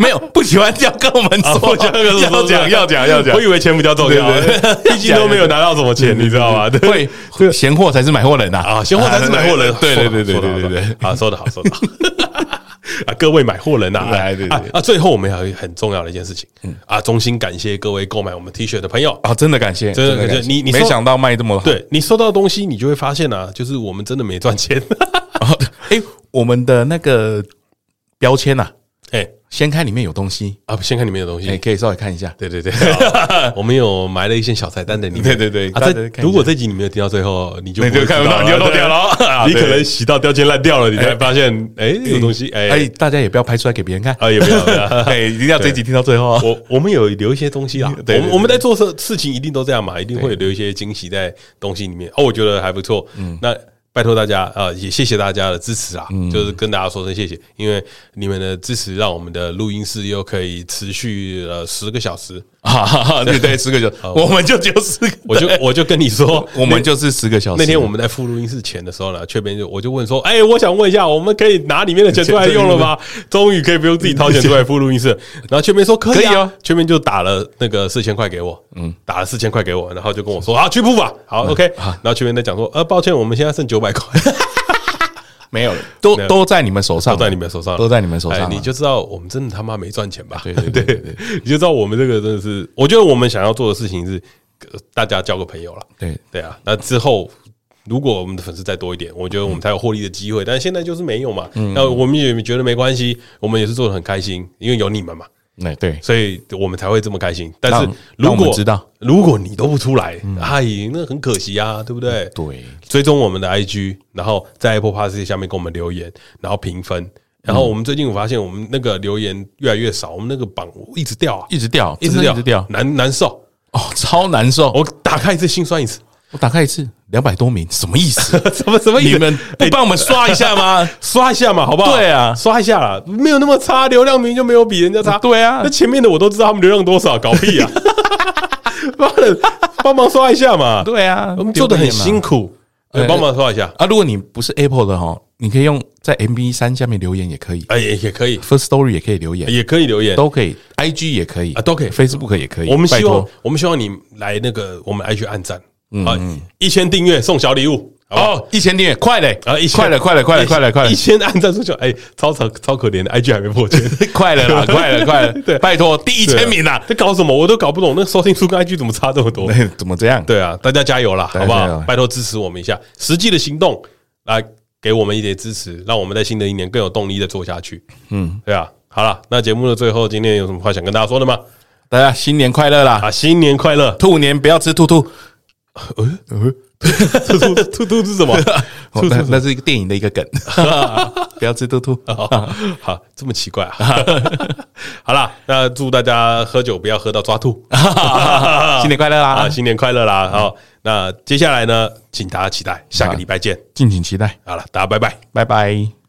A: 没有不喜欢就要跟我们
B: 啊，
A: 说，
B: 付钱就好
A: 要讲要讲要讲
B: 我以，为钱比较重要
A: 对对，对
B: 毕竟都没有拿到什么钱，你知道吗？对。
A: 会会闲货才是买货人呐，
B: 啊，闲货才是买货人。
A: 对对对对
B: 说得好
A: 对对对，，
B: 说得好说得好啊，说 得好，说得好。啊，各位买货人呐、啊，
A: 来哎对对嗯
B: 啊啊！最后我们还有一个很重要的一件事情，啊，衷心感谢各位购买我们 T 恤的朋友。
A: 啊，真的感谢，
B: 真的感谢
A: 感谢
B: 你你说
A: 没想到卖这么好，
B: 对你收到的东西，你就会发现啊，就是我们真的没赚钱。
A: 哦，哎，我们的那个标签呐，
B: 哎、
A: 掀开里面有东西，
B: 啊，先看里面的东西。
A: 哎，可以稍微看一下，
B: 对对 对，我们有埋了一些小彩蛋的里面。
A: 对对对
B: 啊，
A: 大家
B: 这
A: 看一下
B: 如果这集你没有听到最后，你就
A: 那
B: 不
A: 就
B: 会
A: 看不
B: 知道
A: 到， 你就漏掉了
B: 对，
A: 啊
B: 你可
A: 对
B: 能洗到标签烂掉了，你才
A: 哎
B: 发现，哎，有东西，哎
A: 哎，，大家也不要拍出来给别人看，
B: 啊，也没有。
A: 哎，一定要这一集听到最后啊，
B: 我我们有留一些东西啦，
A: 对对
B: 我们我们在做事事情一定都这样嘛，一定会留一些惊喜在东西里面。哦，我觉得还不错。嗯，那拜托大家，呃，也谢谢大家的支持啊，
A: 嗯
B: 就是跟大家说声谢谢，因为你们的支持让我们的录音室又可以持续了十个小时。
A: 啊，对对，十个小时，我们就只有 十个，
B: 我就我就跟你说，
A: 我们哦就是十个小时。
B: 那天我们在付录音室前的时候呢，雀边就我就问说：“哎、我想问一下，我们可以拿里面的钱出来用 了吗？终于可以不用自己掏钱出来付录音室。”然后雀边说：“可以
A: 可以
B: 啊
A: 啊。”雀
B: 边就打了那个四千块给我，嗯，打了四千块给我，然后就跟我说：“啊，去付吧。”好，OK。然
A: 嗯啊
B: 后雀边在讲说：“呃，抱歉，我们现在剩九 百块
A: 没有了，都都在你们手上，
B: 都在你们手上，
A: 都在你们手上
B: 哎
A: 了。
B: 你就知道我们真的他妈没赚钱吧？
A: 对对对对对
B: 你就知道我们这个真的是，我觉得我们想要做的事情是，呃大家交个朋友了。
A: 对
B: 对啊，那之后如果我们的粉丝再多一点，我觉得我们才有获利的机会。但现在就是没有嘛，
A: 嗯
B: 那我们也觉得没关系，我们也是做的很开心，因为有你们嘛，
A: 那对，
B: 所以我们才会这么开心。但是
A: 让
B: 如
A: 让我
B: 果
A: 们知道，嗯
B: 如果你都不出来，哎，那很可惜啊，对不对？
A: 对，
B: 追踪我们的 IG，然后在 Apple p a s s 下面给我们留言，然后评
A: 嗯
B: 分。然后我们最近我发现，我们那个留言越来越少，我们那个榜一直掉啊，
A: 一直掉，
B: 一直
A: 真的
B: 掉，
A: 一直掉，
B: 难难受。
A: 哦，超难受。
B: 我打开一次心酸一次，
A: 我打开一次，两百多名，什么意思？
B: 什么什么意思？
A: 你们
B: 哎
A: 不帮我们刷一下 吗？
B: 刷一下嘛，好不好？
A: 对啊
B: 刷一下啦，没有那么差，流量明明就没有比人家差。
A: 对啊
B: 那前面的我都知道他们流量多少，搞 屁啊！妈的，帮忙刷一下嘛。
A: 对啊，
B: 我们做的很辛
A: 苦
B: 苦，
A: 哎
B: 对帮忙刷一下，
A: 啊。如果你不是 Apple 的哈，你可以用在 MB 三下面留言也可以
B: 哎，也也可以，
A: ，First Story 也可以留言，
B: 也可以留言。
A: 都可以，IG 也可以
B: 哎啊都可以
A: ，Facebook 也可以。
B: 我们希
A: 拜
B: 望
A: 托，
B: 我们希望你来那个我们 IG 按赞啊，一千订阅送小礼物，好不好？
A: 嗯哦，一千订阅，快嘞，
B: 啊！一千
A: 快了，快了，快了，快了，快了
B: 一，千按赞出去，哎，超超超可怜的，IG 还没 破千，
A: 快了啦，快了，快了，
B: 对
A: 拜托，第一
B: 对啊
A: 千名啦，
B: 在搞什么？我都搞不懂，那个收听数跟 IG 怎么差这么多？
A: 对， 怎么这样？
B: 对啊，大家加油啦，
A: 大家
B: 好不
A: 加
B: 好
A: 油？
B: 拜托支持我们一下，实际的行动来给我们一点支持，让我们在新的一年更有动力的做下去。嗯，对啊。好了，那节目的最后，今天有什么话想跟大家说的吗？
A: 大家新年快乐啦！
B: 啊，新年快乐！
A: 兔年不要吃兔兔，
B: 兔兔兔兔是什么？
A: 哦那那是一个电影的一个梗， 不要吃兔兔。
B: 好哦好，这么奇怪啊！ 好啦，那祝大家喝酒不要喝到抓吐，
A: 新年快乐
B: 啊，
A: 啦！
B: 新年快乐啦！好，那接下来呢，请大家期待下个礼拜见。
A: 敬请期待，
B: 好了，大家拜拜。
A: 拜拜。